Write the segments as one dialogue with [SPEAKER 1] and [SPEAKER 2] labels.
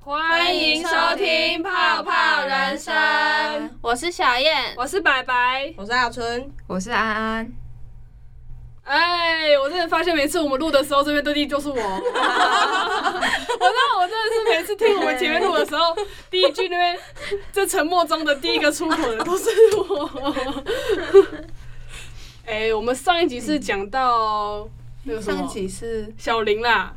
[SPEAKER 1] 欢迎收听《泡泡人生》，
[SPEAKER 2] 我是小燕。
[SPEAKER 1] 我是白白。
[SPEAKER 3] 我是阿春，
[SPEAKER 2] 我是安安。
[SPEAKER 1] 哎，我真的发现每次我们录的时候，这边对地 就是我。我那我真的是每次听我们前面录的时候， 第一句那边这沉默中的第一个出口的都是我。 哎，我们上一集是讲到那个什么
[SPEAKER 2] 是
[SPEAKER 1] 小林啦，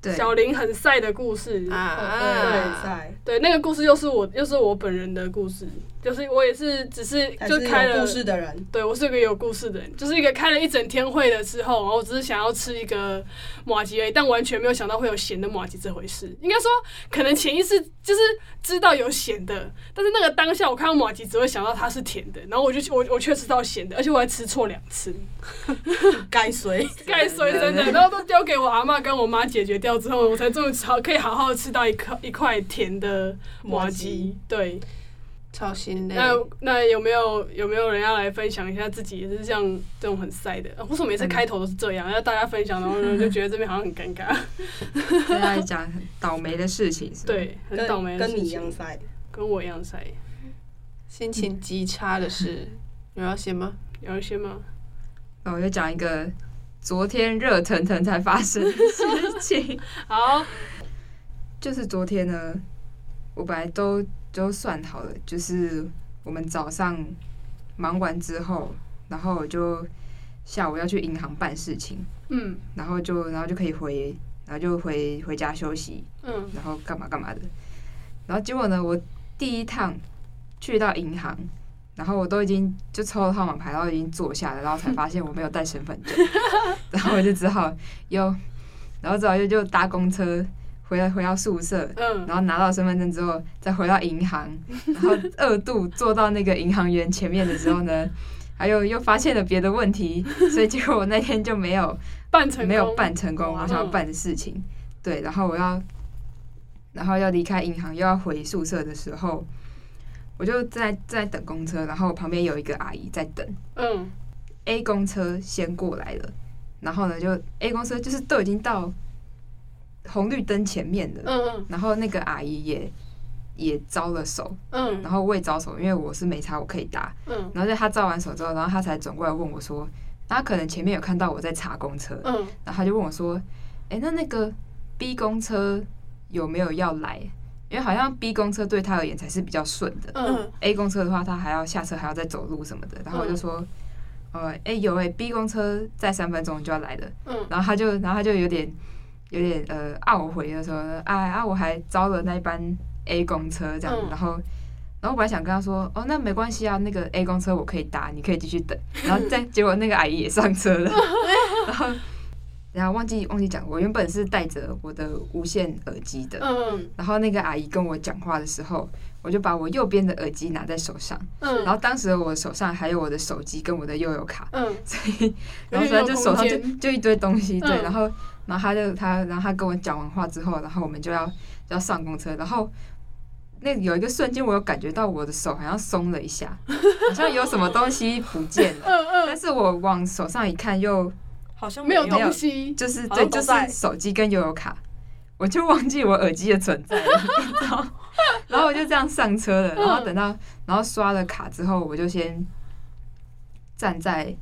[SPEAKER 2] 对
[SPEAKER 1] 小林很晒的故事
[SPEAKER 3] 对，
[SPEAKER 2] 啊，
[SPEAKER 3] 在
[SPEAKER 1] 对，那个故事又是我又是我本人的故事，就是我也是只是
[SPEAKER 3] 还
[SPEAKER 1] 就是开
[SPEAKER 3] 有
[SPEAKER 1] 了
[SPEAKER 3] 故，事的人，
[SPEAKER 1] 对我是个有故事的人，就是一个开了一整天会的时候，然后我只是想要吃一个马吉而已，但完全没有想到会有咸的马吉这回事。应该说，可能潜意识就是知道有咸的，但是那个当下我看到马吉只会想到它是甜的，然后我就我我却吃到咸的，而且我还吃错两次，
[SPEAKER 3] 该谁？
[SPEAKER 1] 盖衰真的，然后都丢给我阿嬷跟我妈解决掉之后，我才终于好可以好好吃到一颗一块甜的麻
[SPEAKER 3] 麻
[SPEAKER 1] 吉
[SPEAKER 3] 吉。
[SPEAKER 1] 对，
[SPEAKER 2] 超心累。
[SPEAKER 1] 那那有没有有没有人要来分享一下自己也是这样这种很晒的？啊为什么每次开头都是这
[SPEAKER 4] 嗯
[SPEAKER 1] 样？要大家分享，然后呢就觉得这边好像很尴 尬。
[SPEAKER 4] 跟大家讲很倒霉的事情是吧，
[SPEAKER 1] 对，很
[SPEAKER 3] 跟
[SPEAKER 1] 倒霉的
[SPEAKER 3] 跟
[SPEAKER 1] 事
[SPEAKER 3] 你一
[SPEAKER 1] 情，
[SPEAKER 3] 样晒，
[SPEAKER 1] 跟我一样晒。
[SPEAKER 2] 心情极差的事，
[SPEAKER 4] 嗯
[SPEAKER 2] 有要写吗？
[SPEAKER 1] 有一些吗？
[SPEAKER 4] 那哦我就讲一个昨天热腾腾才发生的事情，
[SPEAKER 1] 好，
[SPEAKER 4] 就是昨天呢，我本来都都算好了，就是我们早上忙完之后，然后我就下午要去银行办事情，
[SPEAKER 1] 嗯
[SPEAKER 4] 然后就然后就可以回，然后就回回家休息，
[SPEAKER 1] 嗯，
[SPEAKER 4] 然后干嘛干嘛的。然后结果呢，我第一趟去到银行，然后我都已经就抽了号码牌，然后已经坐下了，然后才发现我没有带身份证，然后我就只好又，然后只好就就搭公车回到回到宿舍。
[SPEAKER 1] 嗯，
[SPEAKER 4] 然后拿到身份证之后，再回到银行，然后二度坐到那个银行员前面的时候呢， 还有又发现了别的问题，所以结果我那天就没有
[SPEAKER 1] 办成功
[SPEAKER 4] 没有办成功
[SPEAKER 3] 哇
[SPEAKER 4] 我想要办的事情。对，然后我要，然后要离开银行，又要回宿舍的时候，我就在在等公车，然后旁边有一个阿姨在等
[SPEAKER 1] 嗯
[SPEAKER 4] A 公车先过来了，然后呢就 A 公车就是都已经到红绿灯前面了，
[SPEAKER 1] 嗯
[SPEAKER 4] 然后那个阿姨也也招了手，
[SPEAKER 1] 嗯嗯
[SPEAKER 4] 然后我也招手，因为我是没差，我可以搭。
[SPEAKER 1] 嗯
[SPEAKER 4] 然后就她招完手之后，然后她才转过来问我说，她可能前面有看到我在查公车，
[SPEAKER 1] 嗯，
[SPEAKER 4] 然后他就问我说：“哎、那那个 B 公车有没有要来？因为好像 B 公车对他而言才是比较顺的、
[SPEAKER 1] 嗯
[SPEAKER 4] a 公车的话，他还要下车，还要再走路什么的。”然后我就说：“呃，哎、有哎、b 公车在三分钟就要来了。
[SPEAKER 1] 嗯”
[SPEAKER 4] 然后他就，然后他就有点有点呃懊悔的说：“哎啊，我还招了那一班 A 公车这样。
[SPEAKER 1] 嗯
[SPEAKER 4] 然后。然后我本来想跟他说，哦，那没关系啊，那个 A 公车我可以搭，你可以继续等。然后再结果那个阿姨也上车了， 然后然后忘记忘记讲，我原本是戴着我的无线耳机的，
[SPEAKER 1] 嗯
[SPEAKER 4] 然后那个阿姨跟我讲话的时候，我就把我右边的耳机拿在手上，
[SPEAKER 1] 嗯，
[SPEAKER 4] 然后当时我手上还有我的手机跟我的悠游卡，
[SPEAKER 1] 嗯
[SPEAKER 4] 所以然后所以就手上
[SPEAKER 1] 有点
[SPEAKER 4] 就
[SPEAKER 1] 有空间
[SPEAKER 4] 就一堆东西，对，
[SPEAKER 1] 嗯
[SPEAKER 4] 然后然后他就他然后他跟我讲完话之后，然后我们就要就要上公车，然后那有一个瞬间，我有感觉到我的手好像松了一下，好像有什么东西不见了，
[SPEAKER 1] 嗯嗯，
[SPEAKER 4] 但是我往手上一看又
[SPEAKER 3] 好像
[SPEAKER 1] 没有
[SPEAKER 4] 没有
[SPEAKER 1] 东西，
[SPEAKER 4] 就是
[SPEAKER 3] 好
[SPEAKER 4] 对，
[SPEAKER 3] 像
[SPEAKER 4] 就
[SPEAKER 3] 都
[SPEAKER 4] 是
[SPEAKER 3] 在
[SPEAKER 4] 手机跟悠游卡，我就忘记我耳机的存在了， 你知道吗然后我就这样上车了，然后
[SPEAKER 1] 嗯
[SPEAKER 4] 等到然后刷了卡之后，我就先站在，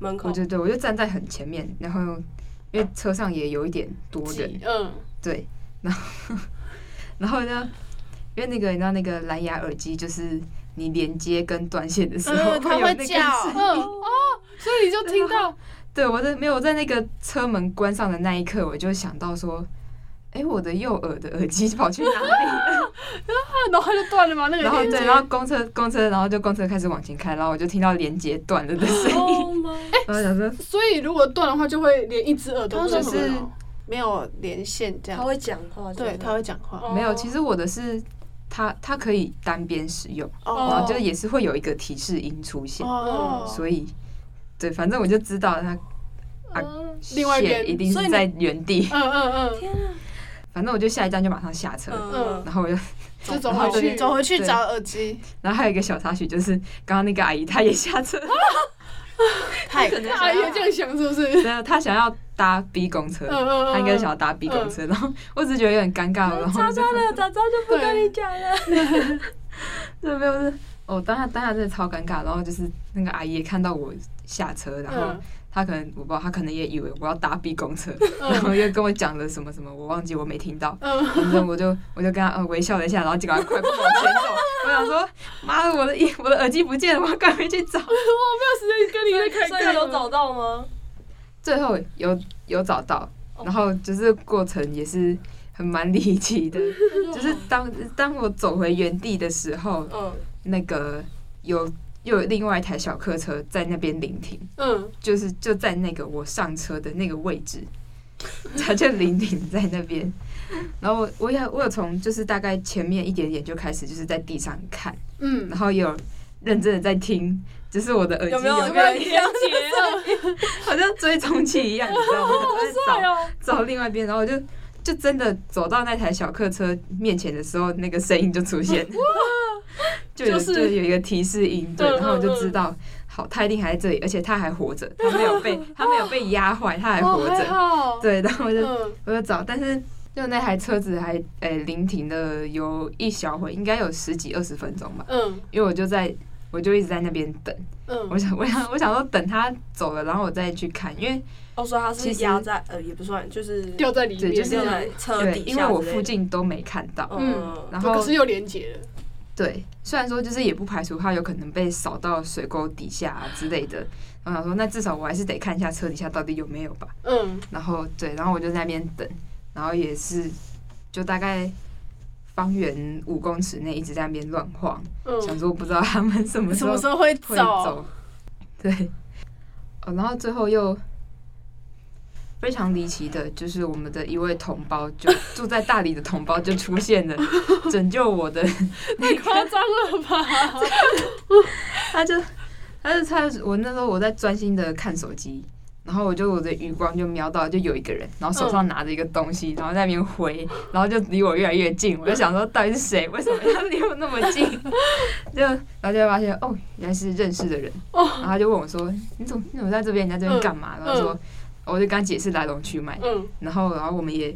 [SPEAKER 3] 门口
[SPEAKER 4] 我，就对我就站在很前面，然后因为车上也有一点多人，
[SPEAKER 1] 嗯
[SPEAKER 4] 对，然后然后呢，因为那个你知道那个蓝牙耳机就是你连接跟断线的时 候，
[SPEAKER 2] 嗯它
[SPEAKER 4] 有
[SPEAKER 2] 会
[SPEAKER 4] 那个
[SPEAKER 2] 叫
[SPEAKER 4] 声音
[SPEAKER 1] 嗯哦，所以你就听到
[SPEAKER 4] 对，我在没有在那个车门关上的那一刻，我就想到说，哎、我的右耳的耳机跑去哪里了？
[SPEAKER 1] 然后就断了嘛，那个
[SPEAKER 4] 然后
[SPEAKER 1] 连接
[SPEAKER 4] 对，然后公车公车，然后就公车开始往前开，然后我就听到连接断了的声
[SPEAKER 3] 哦
[SPEAKER 4] 音， 然后想说，
[SPEAKER 1] 所以如果断的话，就会连一只耳朵
[SPEAKER 2] 他
[SPEAKER 1] 都
[SPEAKER 2] 说
[SPEAKER 1] 不
[SPEAKER 2] 什
[SPEAKER 1] 能
[SPEAKER 2] 么没有连线这
[SPEAKER 3] 他
[SPEAKER 2] 样。
[SPEAKER 3] 会讲话，
[SPEAKER 2] 对，他会讲话。
[SPEAKER 1] 哦
[SPEAKER 4] 没有，其实我的是它它可以单边使用，然
[SPEAKER 1] 哦
[SPEAKER 4] 后就也是会有一个提示音出现，
[SPEAKER 2] 哦，
[SPEAKER 4] 所以对，反正我就知道它啊
[SPEAKER 1] 嗯另外一边
[SPEAKER 4] 线一定
[SPEAKER 3] 所以
[SPEAKER 4] 是
[SPEAKER 3] 你
[SPEAKER 4] 在原地，
[SPEAKER 1] 嗯嗯嗯，
[SPEAKER 4] 反正我就下一站就马上下车，
[SPEAKER 1] 嗯
[SPEAKER 3] 嗯，
[SPEAKER 4] 然后我就
[SPEAKER 1] 就走
[SPEAKER 4] 然
[SPEAKER 1] 回
[SPEAKER 4] 后
[SPEAKER 1] 去，
[SPEAKER 4] 对
[SPEAKER 2] 走回去
[SPEAKER 4] 对
[SPEAKER 2] 找耳机。
[SPEAKER 1] 啊
[SPEAKER 4] 然后还有一个小插曲，就是刚刚那个阿姨她也下车，
[SPEAKER 3] 太
[SPEAKER 4] 可能
[SPEAKER 1] 那阿姨也这样想是不是？
[SPEAKER 4] 没有，他想要搭 B 公车，
[SPEAKER 1] 嗯嗯嗯
[SPEAKER 4] 他应该想要搭 B 公车，然后我只是觉得有点尴尬，然后
[SPEAKER 3] 渣渣的，早知道就不跟你讲了。
[SPEAKER 4] 对，没有是，哦，当下当下真的超尴尬，然后就是那个阿姨也看到我下车，然后
[SPEAKER 1] 嗯
[SPEAKER 4] 她可能我不知道，她可能也以为我要搭 B 公车，然
[SPEAKER 1] 嗯
[SPEAKER 4] 后又跟我讲了什么什么，我忘记我没听到，
[SPEAKER 1] 嗯，
[SPEAKER 4] 反正我就我就跟她呃微笑了一下，然后就赶快快步往前走，我想说，妈的，我的我的耳机不见了，我要赶回去找。
[SPEAKER 1] 时间跟你在开
[SPEAKER 3] 所以有找到吗？
[SPEAKER 4] 最后有有找到，然
[SPEAKER 1] 哦
[SPEAKER 4] 后就是过程也是很蛮离 奇的，就是当当我走回原地的时候，
[SPEAKER 3] 嗯，
[SPEAKER 4] 那个有又有另外一台小客车在那边临停，
[SPEAKER 1] 嗯，
[SPEAKER 4] 就是就在那个我上车的那个位置，它就临停在那边。然后我我也我有从就是大概前面一点点就开始就是在地上看，
[SPEAKER 1] 嗯，
[SPEAKER 4] 然后也有认真的在听，就是我的耳机
[SPEAKER 3] 有没有
[SPEAKER 1] 有没
[SPEAKER 3] 有没
[SPEAKER 1] 有
[SPEAKER 3] 有
[SPEAKER 1] 连
[SPEAKER 3] 连
[SPEAKER 1] 接了？
[SPEAKER 4] 好像追踪器一样，你 知道吗？我在找找另外一边，然后我就就真的走到那台小客车面前的时候，那个声音就出现， 就有
[SPEAKER 1] 就是
[SPEAKER 4] 就有一个提示音，对
[SPEAKER 1] 嗯，
[SPEAKER 4] 然后我就
[SPEAKER 1] 嗯嗯
[SPEAKER 4] 知道，好，他一定还在这里，而且他还 活着，他没有被他没有被压坏，他还活
[SPEAKER 1] 哦，还
[SPEAKER 4] 着，
[SPEAKER 1] 好，
[SPEAKER 4] 对，然后我就
[SPEAKER 1] 嗯，
[SPEAKER 4] 我就找，但是。就那台车子还诶临停了有一小会，应该有十几二十分钟吧，
[SPEAKER 1] 嗯
[SPEAKER 4] 因为我就在我就一直在那边等，我
[SPEAKER 1] 嗯，
[SPEAKER 4] 想我想我想说等他走了，然后我再去看，因为
[SPEAKER 3] 哦，所以他是
[SPEAKER 4] 其实
[SPEAKER 3] 压在呃，也不算，就是
[SPEAKER 1] 掉在里面，
[SPEAKER 4] 对就是
[SPEAKER 3] 掉在
[SPEAKER 1] 哦
[SPEAKER 3] 车
[SPEAKER 4] 对，
[SPEAKER 3] 底下之类的。
[SPEAKER 4] 因为我附近都没看到。
[SPEAKER 1] 嗯
[SPEAKER 3] 嗯，
[SPEAKER 4] 然
[SPEAKER 1] 可
[SPEAKER 4] 后
[SPEAKER 1] 是又连接了，
[SPEAKER 4] 对，虽然说就是也不排除它有可能被扫到水沟底下、啊、之类的。然后想说，那至少我还是得看一下车底下到底有没有吧。
[SPEAKER 1] 嗯
[SPEAKER 4] 然后对，然后我就在那边等，然后也是就大概方圆五公尺内一直在那边乱晃，想
[SPEAKER 1] 嗯，
[SPEAKER 4] 说不知道他们什么时
[SPEAKER 1] 什
[SPEAKER 4] 候
[SPEAKER 1] 么时候会
[SPEAKER 4] 会
[SPEAKER 1] 找？
[SPEAKER 4] 走。对，哦，然后最后又非常离奇的，就是我们的一位同胞，就住在大理的同胞就出现了，拯救我的，
[SPEAKER 1] 太夸张了吧？
[SPEAKER 4] 他就他就他我那时候我在专心的看手机。然后我就我的余光就瞄到，就有一个人，然后手
[SPEAKER 1] 嗯
[SPEAKER 4] 上拿着一个东西，然后在那边挥，然后就离我越来越近，我就想说到底是谁，为什么要离我那么近？ 就然后就发现哦，原来是认识的人。然
[SPEAKER 1] 哦，
[SPEAKER 4] 后他就问我说：“你怎么你怎么在这边？你在这边干嘛？”
[SPEAKER 1] 嗯
[SPEAKER 4] 然后说，我就跟他解释来龙去脉。
[SPEAKER 1] 嗯
[SPEAKER 4] 然后，然后我们也，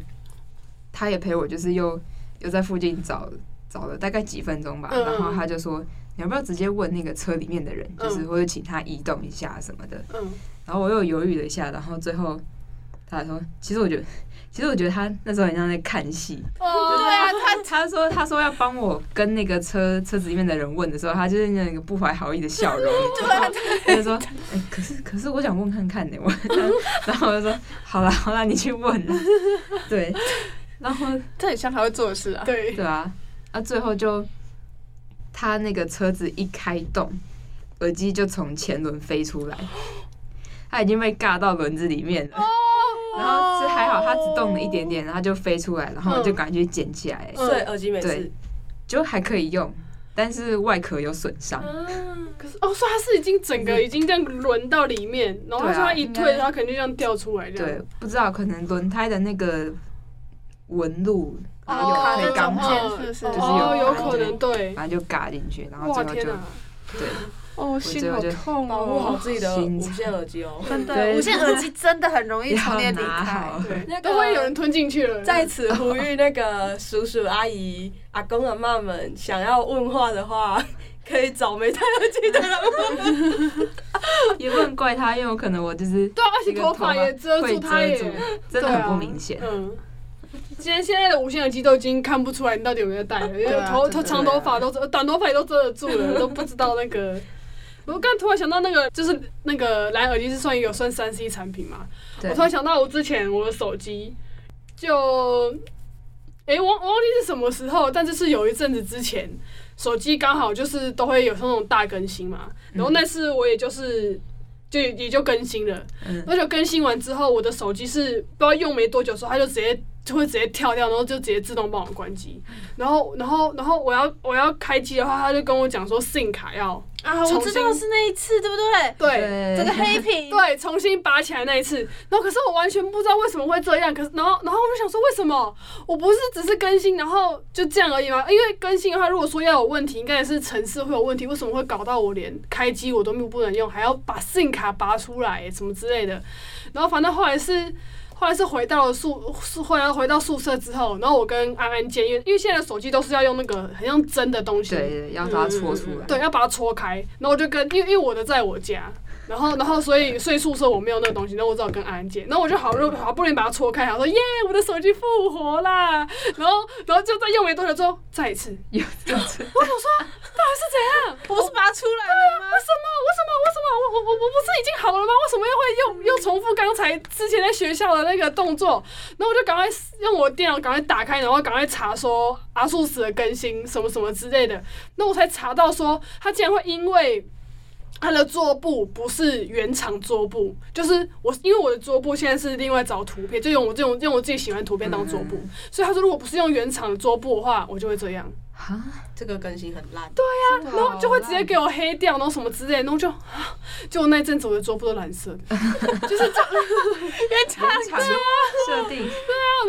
[SPEAKER 4] 他也陪我，就是又又在附近找找了大概几分钟吧。
[SPEAKER 1] 嗯嗯
[SPEAKER 4] 然后他就说：“你要不要直接问那个车里面的人，就是或者请他移动一下什么的
[SPEAKER 1] 嗯，？”
[SPEAKER 4] 然后我又犹豫了一下，然后最后他还说：“其实我觉得，其实我觉得他那时候很像在看戏。”
[SPEAKER 1] 哦，
[SPEAKER 4] 对啊，他他说他说要帮我跟那个车车子里面的人问的时候，他就是那个不怀好意的笑容， 对，他就说，哎、可是可是我想问看看呢、我， 然后我就说，好啦好啦，你去问啦， 对，然后
[SPEAKER 2] 这很像他会做的事啊。
[SPEAKER 1] 对，
[SPEAKER 4] 对啊，啊最后就他那个车子一开动，耳机就从前轮飞出来，他已经被尬到轮子里面了。然后是还好，它只动了一点点，然后就飞出来，然后我就赶紧去捡起来，
[SPEAKER 3] 所以耳机没
[SPEAKER 4] 对
[SPEAKER 3] 事。
[SPEAKER 4] 就还可以用，但是外壳有损伤。
[SPEAKER 1] 可是哦，所以他是已经整个已经这样轮到里面，然后他
[SPEAKER 4] 对啊
[SPEAKER 1] 说他一
[SPEAKER 4] 应
[SPEAKER 1] 退，
[SPEAKER 4] 该
[SPEAKER 1] 他肯定这样掉出来，这
[SPEAKER 4] 对
[SPEAKER 1] 样，，
[SPEAKER 4] 不知道可能轮胎的那个纹路，然后
[SPEAKER 2] 哦
[SPEAKER 4] 有
[SPEAKER 2] 卡
[SPEAKER 4] 被
[SPEAKER 2] 那
[SPEAKER 4] 钢
[SPEAKER 2] 种
[SPEAKER 4] 片，
[SPEAKER 2] 片是不是
[SPEAKER 1] 哦，
[SPEAKER 4] 就是有
[SPEAKER 1] 有可能对。
[SPEAKER 4] 反正就嘎进去，然后
[SPEAKER 1] 哇
[SPEAKER 4] 最后
[SPEAKER 1] 天
[SPEAKER 4] 就
[SPEAKER 1] 哪！
[SPEAKER 4] 对
[SPEAKER 2] 哦，
[SPEAKER 4] 最
[SPEAKER 2] 心
[SPEAKER 4] 后
[SPEAKER 2] 好
[SPEAKER 4] 就
[SPEAKER 2] 痛
[SPEAKER 3] 保护好
[SPEAKER 2] 哦。
[SPEAKER 3] 自己的
[SPEAKER 4] 心
[SPEAKER 3] 无线耳机哦。
[SPEAKER 2] 真的，
[SPEAKER 4] 对
[SPEAKER 2] 无线耳机真的很容易从你的
[SPEAKER 4] 要
[SPEAKER 2] 离
[SPEAKER 4] 拿
[SPEAKER 2] 开。
[SPEAKER 4] 好。
[SPEAKER 1] 对，
[SPEAKER 3] 那个
[SPEAKER 1] 都会有人吞进去了。
[SPEAKER 3] 在此呼吁那个叔叔阿姨、阿公阿妈们，想要问话的话， 可以找没戴耳机的人问。
[SPEAKER 4] 也不能怪他，因为我可能我就是
[SPEAKER 1] 对啊，而且头发也遮
[SPEAKER 4] 会
[SPEAKER 1] 住它
[SPEAKER 4] 遮
[SPEAKER 1] 也
[SPEAKER 4] 住，真的
[SPEAKER 1] 对
[SPEAKER 4] 很
[SPEAKER 1] 啊
[SPEAKER 4] 不明显。
[SPEAKER 1] 嗯。今天现在的无线耳机都已经看不出来你到底有没有戴了，因为
[SPEAKER 2] 对啊
[SPEAKER 1] 头
[SPEAKER 2] 真的
[SPEAKER 1] 头长头发都遮，呃短头发也都遮得住了，都不知道那 个。我刚突然想到那个，就是那个蓝牙耳机是算有算三 C 产品嘛？
[SPEAKER 4] 对
[SPEAKER 1] 我突然想到我之前我的手机就，诶，我我忘记是什么时候，但就是有一阵子之前，手机刚好就是都会有那种大更新嘛，
[SPEAKER 4] 嗯
[SPEAKER 1] 然后那次我也就是就也也就更新了，
[SPEAKER 4] 嗯，
[SPEAKER 1] 而且更新完之后，我的手机是不知道用没多久的时候，它就直接就会直接跳掉，然后就直接自动帮我
[SPEAKER 4] 嗯
[SPEAKER 1] 关机。然后，然后，然后我要我要开机的话，它就跟我讲说 SIM 卡要
[SPEAKER 5] 啊，我知道是那一次，对不对？啊
[SPEAKER 1] 对
[SPEAKER 5] 整个黑屏，
[SPEAKER 1] 对，重新拔起来那一次，然后可是我完全不知道为什么会这样，可是然后然后我就想说为什么我不是只是更新，然后就这样而已吗？因为更新的话，如果说要有问题，应该也是城市会有问题，为什么会搞到我连开机我都不能用，还要把 SIM 卡拔出来什么之类的，然后反正后来是。后来是回到了宿，是后来回到宿舍之后，然后我跟安安见，因为因为现在的手机都是要用那个很像针的东西，
[SPEAKER 4] 对对，要把它搓出来。
[SPEAKER 1] 对，要把它戳开。然后我就跟，因为因为我的在我家，然后然后所以所以宿舍我没有那个东西，然后我只好跟安安借。然后我就好热好不容易把它戳开，想说耶，我的手机复活啦。然后然后就在用没多久之后再一次，
[SPEAKER 4] 有这样子，
[SPEAKER 1] 我想说到底是怎样？
[SPEAKER 5] 不是拔出来了吗？
[SPEAKER 1] 为什么？为什么？为什么？我我我我不是已经好了吗？为什么又会又又重复刚才之前在学校的那个动作？然后我就赶快用我电脑赶快打开，然后赶快查说阿素死的更新什么什么之类的。那我才查到说，他竟然会因为他的桌布不是原厂桌布，就是我因为我的桌布现在是另外找图片，就用我这种用我自己喜欢的图片当桌布，所以他说如果不是用原厂的桌布的话，我就会这样。
[SPEAKER 4] 哈，
[SPEAKER 3] 这个更新很烂。
[SPEAKER 1] 然后就会直接给我黑掉，然后什么之类的，然后就，啊就那一阵子我的桌布都蓝色的，
[SPEAKER 4] 原厂
[SPEAKER 1] 啊
[SPEAKER 4] 设定，
[SPEAKER 1] 然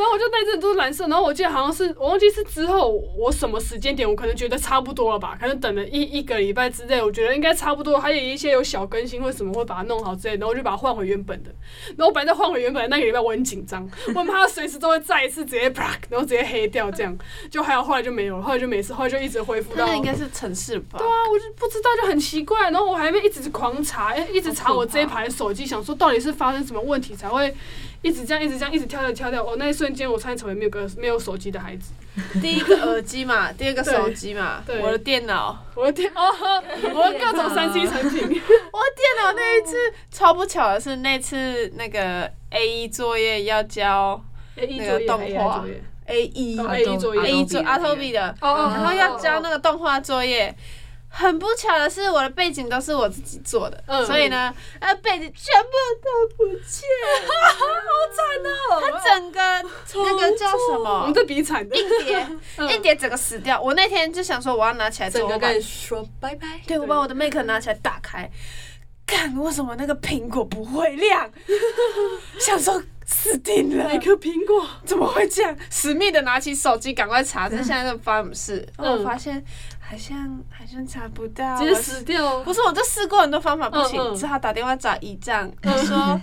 [SPEAKER 1] 后我就那一阵子都是蓝色，然后我记得好像是我忘记是之后我什么时间点，我可能觉得差不多了吧，可能等了一一个礼拜之类，我觉得应该差不多，还有一些有小更新或什么会把它弄好之类的，然后我就把它换回原本的，然后我本来在换回原本的那个礼拜我很紧张，我很怕它随时都会再一次直接 啪，然后直接黑掉这样，就还好后来就没有了，后来就没事，后来就一直恢复到
[SPEAKER 5] 那应该是城市吧？
[SPEAKER 1] 对啊，我就不知道，就很奇怪。然后我还被一直狂查，哎一直查我这一排手机，想说到底是发生什么问题才会一直这样、一直这样、一直跳跳跳跳。我那一瞬间，我差点成为没有个没有手机的孩子。
[SPEAKER 5] 第一个耳机 嘛，第二个手机嘛，
[SPEAKER 1] 对对
[SPEAKER 5] 我的电脑，
[SPEAKER 1] 我的天，哦，呵我的各种三 C 产 品，
[SPEAKER 5] 我的电脑那一次超不巧的是，那次那个 A 一作业要交
[SPEAKER 1] 那
[SPEAKER 5] 那个动画
[SPEAKER 1] 哎
[SPEAKER 5] A 一
[SPEAKER 1] 哦 A 一作业
[SPEAKER 5] A 一作
[SPEAKER 4] Adobe
[SPEAKER 5] 阿托比的，
[SPEAKER 1] 哦哦，
[SPEAKER 5] 然后要交那个动画作业。很不巧的是，我的背景都是我自己做的，
[SPEAKER 1] 嗯
[SPEAKER 5] 所以呢，呃，背景全部都不见， 好惨哦！它整个那个叫什
[SPEAKER 1] 哦我们
[SPEAKER 5] 么
[SPEAKER 1] 这比惨的，
[SPEAKER 5] 硬碟，
[SPEAKER 1] 嗯
[SPEAKER 5] 硬碟整个死掉。我那天就想说，我要拿起来做，
[SPEAKER 3] 整
[SPEAKER 5] 我
[SPEAKER 3] 个
[SPEAKER 5] 把
[SPEAKER 3] 跟你说拜拜。
[SPEAKER 5] 对，我把我的 Mac 拿起来打开，看为什么那个苹果不会亮，想说死定了
[SPEAKER 1] 一，颗苹果，
[SPEAKER 5] 怎么会这样？死命的拿起手机赶快查，这现在在发生什么事？然后我发现好像好像查不到，
[SPEAKER 1] 直接死掉。
[SPEAKER 5] 不是，我就试过很多方法不行，
[SPEAKER 1] 嗯嗯
[SPEAKER 5] 只好打电话找姨丈，他说。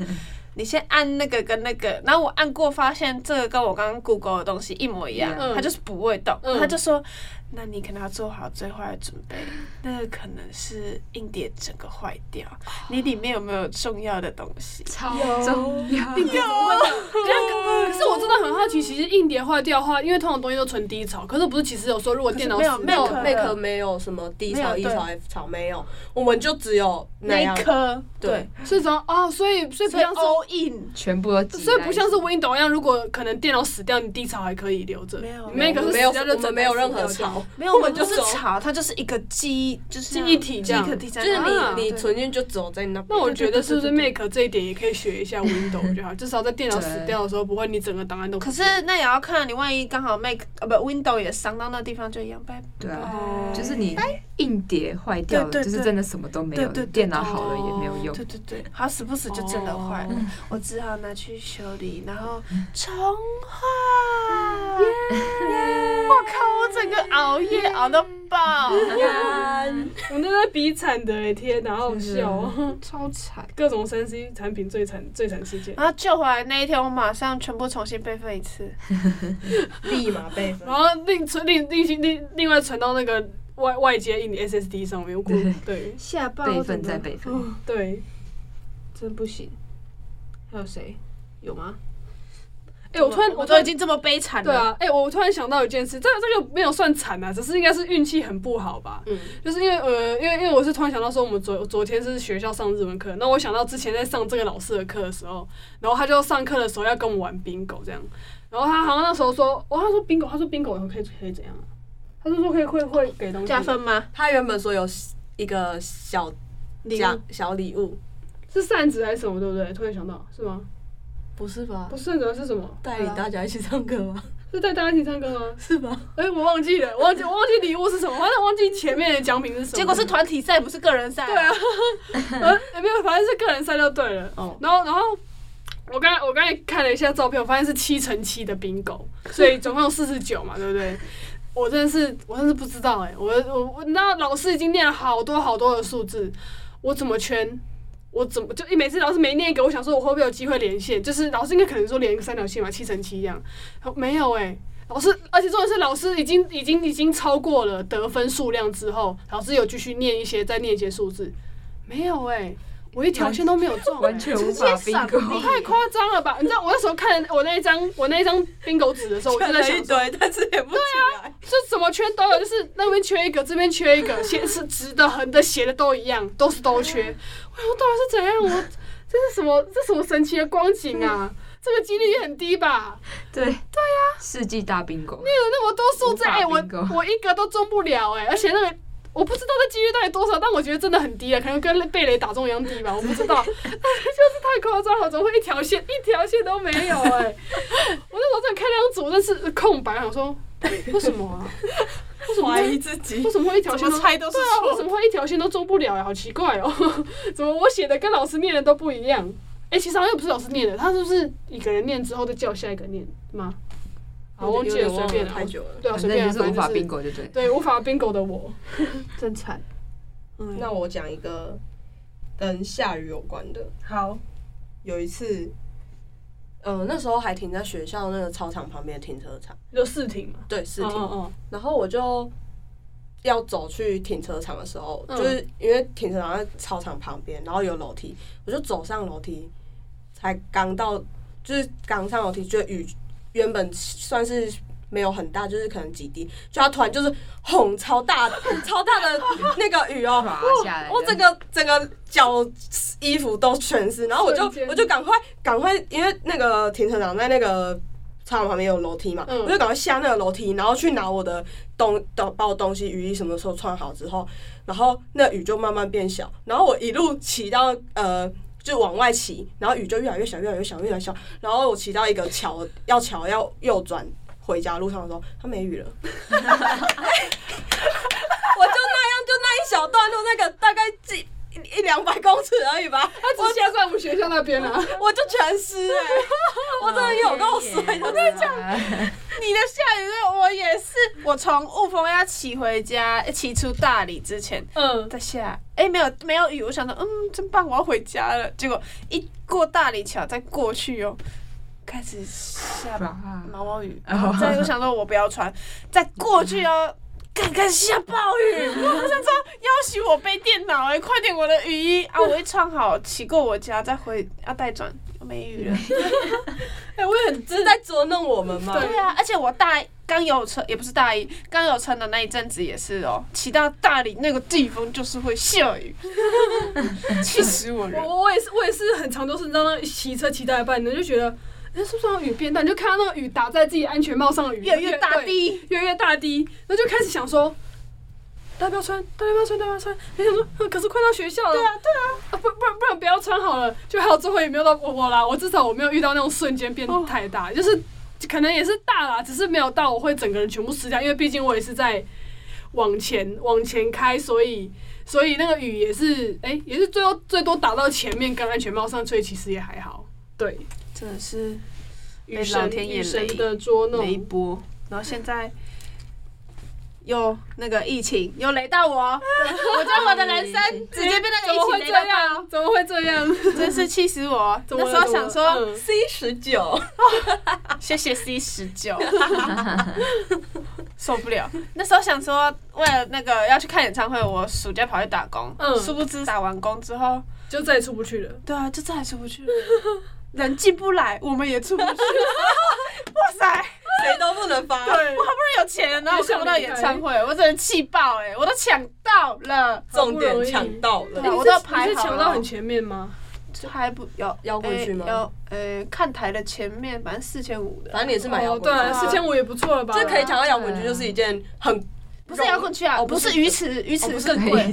[SPEAKER 5] 你先按那个跟那个，然后我按过，发现这个跟我刚刚 Google 的东西一模一样，
[SPEAKER 1] 嗯
[SPEAKER 5] 他就是不会动，
[SPEAKER 1] 嗯
[SPEAKER 5] 他就说，那你可能要做好最坏的准备，那个可能是硬碟整个坏掉，你里面有没有重要的东西？
[SPEAKER 4] 超 重要。
[SPEAKER 1] 可是我真的很好奇，其实硬碟坏掉的话，因为通常东西都存低潮，可是不是其实有说如果电脑
[SPEAKER 5] 可是没有
[SPEAKER 1] 死
[SPEAKER 5] 没
[SPEAKER 1] 掉
[SPEAKER 5] 有可
[SPEAKER 3] 有哦 Mac 没有什么低
[SPEAKER 5] 没有
[SPEAKER 3] 潮、
[SPEAKER 5] 对
[SPEAKER 3] 一潮、F 潮没有，我们就只有那
[SPEAKER 5] 那
[SPEAKER 3] 样
[SPEAKER 5] 一。颗，对
[SPEAKER 3] 对，
[SPEAKER 1] 所以说哦，所以所以不
[SPEAKER 5] 所以
[SPEAKER 1] 像
[SPEAKER 5] 哦
[SPEAKER 1] 是
[SPEAKER 5] all in，
[SPEAKER 4] 全部都挤在一起，
[SPEAKER 1] 所以不像是 Windows 一样，如果可能电脑死掉，你低潮还可以留着。
[SPEAKER 5] 没有
[SPEAKER 1] 你 Mac
[SPEAKER 3] 我
[SPEAKER 1] 是
[SPEAKER 3] 们没有，
[SPEAKER 1] 死掉
[SPEAKER 3] 我
[SPEAKER 1] 就
[SPEAKER 3] 们
[SPEAKER 1] 整
[SPEAKER 3] 没有任
[SPEAKER 1] 台
[SPEAKER 3] 何
[SPEAKER 1] 死掉
[SPEAKER 3] 潮，
[SPEAKER 5] 没有，我们
[SPEAKER 3] 就
[SPEAKER 5] 就是
[SPEAKER 3] 走
[SPEAKER 5] 潮，它就是一个记，就是
[SPEAKER 1] 记
[SPEAKER 5] 那
[SPEAKER 1] 忆
[SPEAKER 5] 样
[SPEAKER 1] 体这
[SPEAKER 5] 记
[SPEAKER 1] 样
[SPEAKER 5] 忆体在
[SPEAKER 3] 就
[SPEAKER 5] 那，
[SPEAKER 3] 是
[SPEAKER 1] 啊
[SPEAKER 3] 你你
[SPEAKER 5] 对
[SPEAKER 3] 存进就只有在那边。
[SPEAKER 1] 那我觉得是不是
[SPEAKER 5] 对对
[SPEAKER 1] Mac 这一点也可以学一下 Windows 就好， 至少在电脑死掉的时候，不会你整个档案都不
[SPEAKER 5] 可是
[SPEAKER 1] 见
[SPEAKER 5] 那也要看你，万一刚好 Mac 呃不 Window 也伤到那地方，就一样拜
[SPEAKER 4] 对啊
[SPEAKER 5] 拜。
[SPEAKER 4] 就是你硬碟坏掉了，
[SPEAKER 5] 哦对对
[SPEAKER 4] 就
[SPEAKER 5] 对
[SPEAKER 4] 是真的什么都没有
[SPEAKER 5] 对对对
[SPEAKER 4] 了，电脑好了也没有用
[SPEAKER 5] 对。对对，好死不死就真的坏了
[SPEAKER 1] 哦，
[SPEAKER 5] 我只好拿去修理，然后重画。我靠！我整个熬夜熬到爆，
[SPEAKER 1] 我那在比惨的欸天哪，好好笑
[SPEAKER 3] 嗯
[SPEAKER 1] 哦！
[SPEAKER 5] 超惨。
[SPEAKER 1] 各种三 C 产品最惨最惨事件。
[SPEAKER 5] 然后救回来那一天，我马上全部重新备份一次。
[SPEAKER 3] 立马备份
[SPEAKER 1] 然。后另存另另另另另外传到那个外外接硬碟 SSD 上面，我估对
[SPEAKER 5] 下爆
[SPEAKER 4] 备份再备份，
[SPEAKER 1] 对。
[SPEAKER 2] 真不行。还有谁？有吗？
[SPEAKER 1] 哎，我突然
[SPEAKER 5] 我
[SPEAKER 1] 我
[SPEAKER 5] 都
[SPEAKER 1] 突
[SPEAKER 5] 已
[SPEAKER 1] 然
[SPEAKER 5] 经这么悲惨
[SPEAKER 1] 对
[SPEAKER 5] 了。
[SPEAKER 1] 啊，哎，我突然想到一件事，这这个没有算惨啊，只是应该是运气很不好吧。
[SPEAKER 3] 嗯，
[SPEAKER 1] 就是因为呃，因为因为我是突然想到说，我们昨昨天是学校上日文课，那我想到之前在上这个老师的课的时候，然后他就上课的时候要跟我们玩 bingo 这样，然后他好像那时候说，哦，他说 bingo，他说 bingo 以后可以可以怎样啊？他就说可以会会给东西
[SPEAKER 5] 加分吗？
[SPEAKER 3] 他原本说有一个小
[SPEAKER 5] 啊
[SPEAKER 3] 奖小礼物，
[SPEAKER 1] 是扇子还是什么，对不对？突然想到是吗？
[SPEAKER 3] 不是吧啊
[SPEAKER 1] 不？是扇子是什么？
[SPEAKER 3] 带领大家一起唱歌吗？
[SPEAKER 1] 是带大家一起唱歌吗？
[SPEAKER 3] 是吧？
[SPEAKER 1] 哎、我忘记了，忘记我忘记礼物是什么，反正忘记前面的奖品是什么。
[SPEAKER 5] 结果是团体赛，不是个人赛。
[SPEAKER 1] 对啊，呃、没有，反正是个人赛就对了。
[SPEAKER 5] 哦
[SPEAKER 1] 然后，然后我刚才我刚才看了一下照片，我发现是七乘七的冰狗，所以总共四十九嘛，对不对？ 我真的是，我真的是不知道哎、我我我，那老师已经念了好多好多的数字，我怎么圈？我怎么就一每次老师没念一个，我想说我会不会有机会连线？就是老师应该可能说连一个三条线嘛，七乘七这样，他说没有哎、老师，而且重点是老师已经已经已经超过了得分数量之后，老师有继续念一些，再念一些数字，没有哎、我一条线都没有中、欸，
[SPEAKER 4] 完全无法
[SPEAKER 5] 直接
[SPEAKER 4] 并
[SPEAKER 5] 闪
[SPEAKER 4] 购。
[SPEAKER 5] 避
[SPEAKER 1] 太夸张了吧！你知道我那时候看我那一张我那一张 bingo 纸的时候，我就在
[SPEAKER 3] 了
[SPEAKER 1] 想
[SPEAKER 3] 一
[SPEAKER 1] 说，
[SPEAKER 3] 堆，但是也不起来。
[SPEAKER 1] 就怎么圈都有，就是那边缺一个，这边缺一个，斜是直的、横的、斜的都一样，都是都缺。我想说到底是怎样？我这是什么？这是什么神奇的光景啊？这个几率也很低吧？
[SPEAKER 4] 对对呀，世纪大冰狗，
[SPEAKER 1] 有那么多数字，
[SPEAKER 4] 无法
[SPEAKER 1] 哎、我
[SPEAKER 4] bingo
[SPEAKER 1] 我一个都中不了、哎，而且那个。我不知道那几率到底多少，但我觉得真的很低了，可能跟被雷打中一样低吧，我不知道，就是太夸张了，怎么会一条线一条线都没有哎、我那时候真的看那张纸，我真是空白，想说为什么啊？为什么
[SPEAKER 3] 怀
[SPEAKER 1] 会
[SPEAKER 3] 疑自己
[SPEAKER 1] 为，什么会一条
[SPEAKER 5] 怎
[SPEAKER 1] 线都
[SPEAKER 5] 么猜都是
[SPEAKER 1] 对啊，为
[SPEAKER 5] 错
[SPEAKER 1] 什。么会一条线都中不了呀、好奇怪哦！ 怎么我写的跟老师念的都不一样？哎、其实好像不是老师念的，他是不是一个人念之后再叫下一个念吗？好，忘记了，随便
[SPEAKER 3] 太
[SPEAKER 1] 了。
[SPEAKER 3] 久了。
[SPEAKER 1] 对啊，
[SPEAKER 4] 反
[SPEAKER 1] 随
[SPEAKER 4] 正
[SPEAKER 1] 便
[SPEAKER 4] 就
[SPEAKER 1] 了，
[SPEAKER 4] 是无
[SPEAKER 1] 反
[SPEAKER 4] 法
[SPEAKER 1] 正
[SPEAKER 4] 并
[SPEAKER 1] 就是
[SPEAKER 4] 购，就对。
[SPEAKER 1] 对无法 bingo 的我，
[SPEAKER 5] 真惨。嗯，
[SPEAKER 3] 那我讲一个跟下雨有关的。
[SPEAKER 5] 好，
[SPEAKER 3] 有一次，嗯，那时候还停在学校那个操场旁边的停车场，
[SPEAKER 1] 就试停嘛，
[SPEAKER 3] 对，
[SPEAKER 1] 试
[SPEAKER 3] 是停。
[SPEAKER 1] 停，哦
[SPEAKER 3] 然后我就要走去停车场的时候，
[SPEAKER 1] 嗯
[SPEAKER 3] 就是因为停车场在操场旁边，然后有楼梯，我就走上楼梯，才刚到，就是刚上楼梯，就雨原本算是。没有很大，就是可能几滴，就它突然就是轰超大超大的那个 雨哦，
[SPEAKER 4] 唰下来
[SPEAKER 3] 我我
[SPEAKER 4] 这
[SPEAKER 3] 整
[SPEAKER 4] 样
[SPEAKER 3] 个整个脚衣服都全湿，然后我就
[SPEAKER 1] 瞬间
[SPEAKER 3] 我就赶快赶快，因为那个停车场在那个操场旁边有楼梯嘛，
[SPEAKER 1] 嗯
[SPEAKER 3] 我就赶快下那个楼梯，然后去拿我的东东把我东西雨衣什么时候穿好之后，然后那雨就慢慢变小，然后我一路骑到呃。就往外骑，然后雨就越来越小，越来越小，越来越小。然后我骑到一个桥，要桥要右转回家路上的时候，它没雨了。 我就那样，就那一小段路，那个大概几一一两百公尺而已吧，
[SPEAKER 1] 他只下在我们学校那边啦、啊，
[SPEAKER 3] 我就全湿哎、我真的有够
[SPEAKER 4] 哦
[SPEAKER 3] 水的。
[SPEAKER 5] 你的下雨日我也是，我从雾峰要骑回家，骑出大理之前
[SPEAKER 1] 嗯，
[SPEAKER 5] 在下，哎、没有没有雨，我想说，嗯，真棒，我要回家了。结果一过大理桥，再过去哦，开始下
[SPEAKER 4] 啊
[SPEAKER 5] 毛毛 雨，
[SPEAKER 4] 哦
[SPEAKER 5] 再我想说，我不要穿，再过去哦。刚刚下暴 雨，我想说要许我背电脑哎、快点我的雨衣啊！我一穿好，骑过我家再回要带转，没雨了。
[SPEAKER 3] 哎、我也很这是在捉弄我们嘛。
[SPEAKER 5] 对啊，而且我大一刚有车，也不是大一，刚有车的那一阵子也是哦，骑到大理那个地方就是会下雨，气死我了！
[SPEAKER 1] 我我也是我也是很常都是让那骑车骑到一半，你就觉得。哎、是不是好像雨变大？你就看到那个雨打在自己安全帽上的雨
[SPEAKER 5] 越来越大
[SPEAKER 1] 对
[SPEAKER 5] 地，
[SPEAKER 1] 越来越大滴，然后就开始想说，大家不要穿，大家不要穿，大家不要穿。很想说，呃可是快到学校了，对啊，对啊，不不然不然不要穿好了。就还有最后也没有到我我啦，我至少我没有遇到那种瞬间变
[SPEAKER 5] 哦
[SPEAKER 1] 太大，就是可能也是大啦，只是没有到我会整个人全部湿掉，因为毕竟我也是在往前往前开，所以。所以那个雨也是，哎、也是最后最多打到前面跟安全帽上，所以其实也还好。对，
[SPEAKER 5] 真的是
[SPEAKER 1] 雨
[SPEAKER 5] 被老
[SPEAKER 1] 神
[SPEAKER 5] 天爷
[SPEAKER 1] 雨神
[SPEAKER 5] 雷
[SPEAKER 1] 的捉弄，
[SPEAKER 5] 雷波，然后现在又那个疫情又雷到我，我觉得我的人生直接被那
[SPEAKER 1] 怎么
[SPEAKER 5] 个
[SPEAKER 1] 会
[SPEAKER 5] 疫
[SPEAKER 1] 这
[SPEAKER 5] 情雷到爆，
[SPEAKER 1] 样？怎么会这样？
[SPEAKER 5] 真是气死我！
[SPEAKER 1] 怎么
[SPEAKER 5] 那
[SPEAKER 1] 了
[SPEAKER 5] 时候
[SPEAKER 1] 怎
[SPEAKER 5] 想
[SPEAKER 1] 么
[SPEAKER 5] 说
[SPEAKER 1] 了嗯
[SPEAKER 3] C 十九，
[SPEAKER 5] 谢谢 C 十九，受不了。那时候想说，为了那个要去看演唱会，我暑假跑去打工，
[SPEAKER 1] 嗯
[SPEAKER 5] 殊不知打完工之后，
[SPEAKER 1] 就再也出不去 了。
[SPEAKER 5] 对啊，就再也出不去了，人进不来，我们也出不去。哇塞！
[SPEAKER 3] 谁都不能发。
[SPEAKER 5] 我好不容易有钱了，然后我看不到演唱会，我真的气爆哎、我都抢到了，
[SPEAKER 3] 重点抢到
[SPEAKER 5] 对
[SPEAKER 3] 了，
[SPEAKER 5] 啊
[SPEAKER 1] 你
[SPEAKER 5] 我
[SPEAKER 1] 是
[SPEAKER 5] 都要排
[SPEAKER 1] 你是
[SPEAKER 5] 好
[SPEAKER 1] 抢
[SPEAKER 5] 了
[SPEAKER 1] 到很前面吗？
[SPEAKER 5] 就还不有
[SPEAKER 3] 摇滚区吗
[SPEAKER 5] 有呃，看台的前面，反正四千五的，
[SPEAKER 3] 反正你也是买摇
[SPEAKER 1] 哦，
[SPEAKER 3] 滚
[SPEAKER 1] 对啊，
[SPEAKER 3] 区，
[SPEAKER 1] 四千五也不错了吧？
[SPEAKER 3] 这可以抢到摇滚区，就是一件很
[SPEAKER 5] 不是摇滚区啊，
[SPEAKER 3] 哦
[SPEAKER 5] 不
[SPEAKER 3] 不是
[SPEAKER 5] 是鱼池，鱼池
[SPEAKER 3] 哦不是
[SPEAKER 5] 更贵，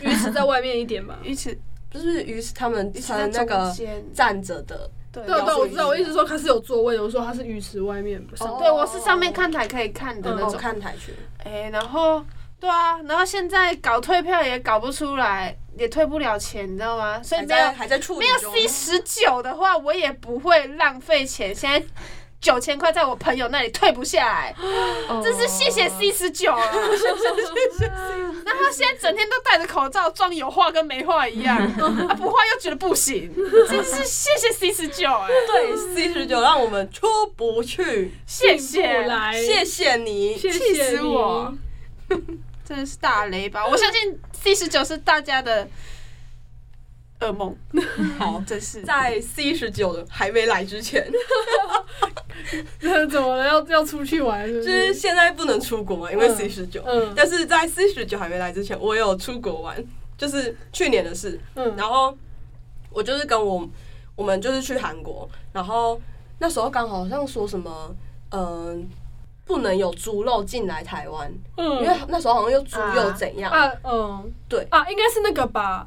[SPEAKER 1] 鱼池在外面一点吧。
[SPEAKER 5] 鱼池
[SPEAKER 3] 就是于是他们
[SPEAKER 5] 鱼池
[SPEAKER 3] 穿
[SPEAKER 5] 在
[SPEAKER 3] 那
[SPEAKER 5] 中
[SPEAKER 3] 个
[SPEAKER 5] 间。
[SPEAKER 3] 站着的
[SPEAKER 5] 对
[SPEAKER 1] 对啊对啊，
[SPEAKER 5] 有
[SPEAKER 1] 我知道，我一直说它是有座位的，我说它是浴池外面不是。
[SPEAKER 4] 哦
[SPEAKER 5] 对我是上面看台可以看的那
[SPEAKER 3] 哦，
[SPEAKER 5] 种。
[SPEAKER 3] 看台去。
[SPEAKER 5] 哎、然后对啊，然后现在搞退票也搞不出来，也退不了钱，你知道吗？所以
[SPEAKER 3] 还
[SPEAKER 5] 没有
[SPEAKER 3] 在还在处理
[SPEAKER 5] 没有
[SPEAKER 3] 中
[SPEAKER 5] C 十九的话，我也不会浪费钱。现在九千块在我朋友那里退不下来，
[SPEAKER 3] 哦
[SPEAKER 5] 真是谢谢 C 十九 了。然后现在整天都戴着口罩，装有话跟没话 一样，啊不话又觉得不行，真是谢谢 C 十九哎，
[SPEAKER 3] 对 C 十九让我们出不去，
[SPEAKER 1] 进
[SPEAKER 5] 谢
[SPEAKER 1] 不
[SPEAKER 5] 谢，
[SPEAKER 1] 来，
[SPEAKER 3] 谢哎谢你。
[SPEAKER 1] 谢
[SPEAKER 5] 气
[SPEAKER 1] 谢
[SPEAKER 5] 死
[SPEAKER 1] 你
[SPEAKER 5] 我！真的是大雷吧？我相信 C 十九是大家的噩梦，嗯
[SPEAKER 3] 好，
[SPEAKER 5] 真是。
[SPEAKER 3] 在 C 十九的还没来之前，
[SPEAKER 1] 那 怎么了？要要出去玩是不
[SPEAKER 3] 就是
[SPEAKER 1] 是？
[SPEAKER 3] 现在不能出国嘛，因为
[SPEAKER 1] 嗯
[SPEAKER 3] C 十九。
[SPEAKER 1] 嗯
[SPEAKER 3] 但是在 C 十九还没来之前，我有出国玩，就是去年的事。
[SPEAKER 1] 嗯，
[SPEAKER 3] 然后我就是跟我我们就是去韩国，然后那时候刚好像说什么，嗯、不能有猪肉进来台湾，因为
[SPEAKER 1] 嗯
[SPEAKER 3] 那时候好像又猪又怎样，
[SPEAKER 1] 啊嗯
[SPEAKER 3] 对
[SPEAKER 1] 啊，应该是那个吧。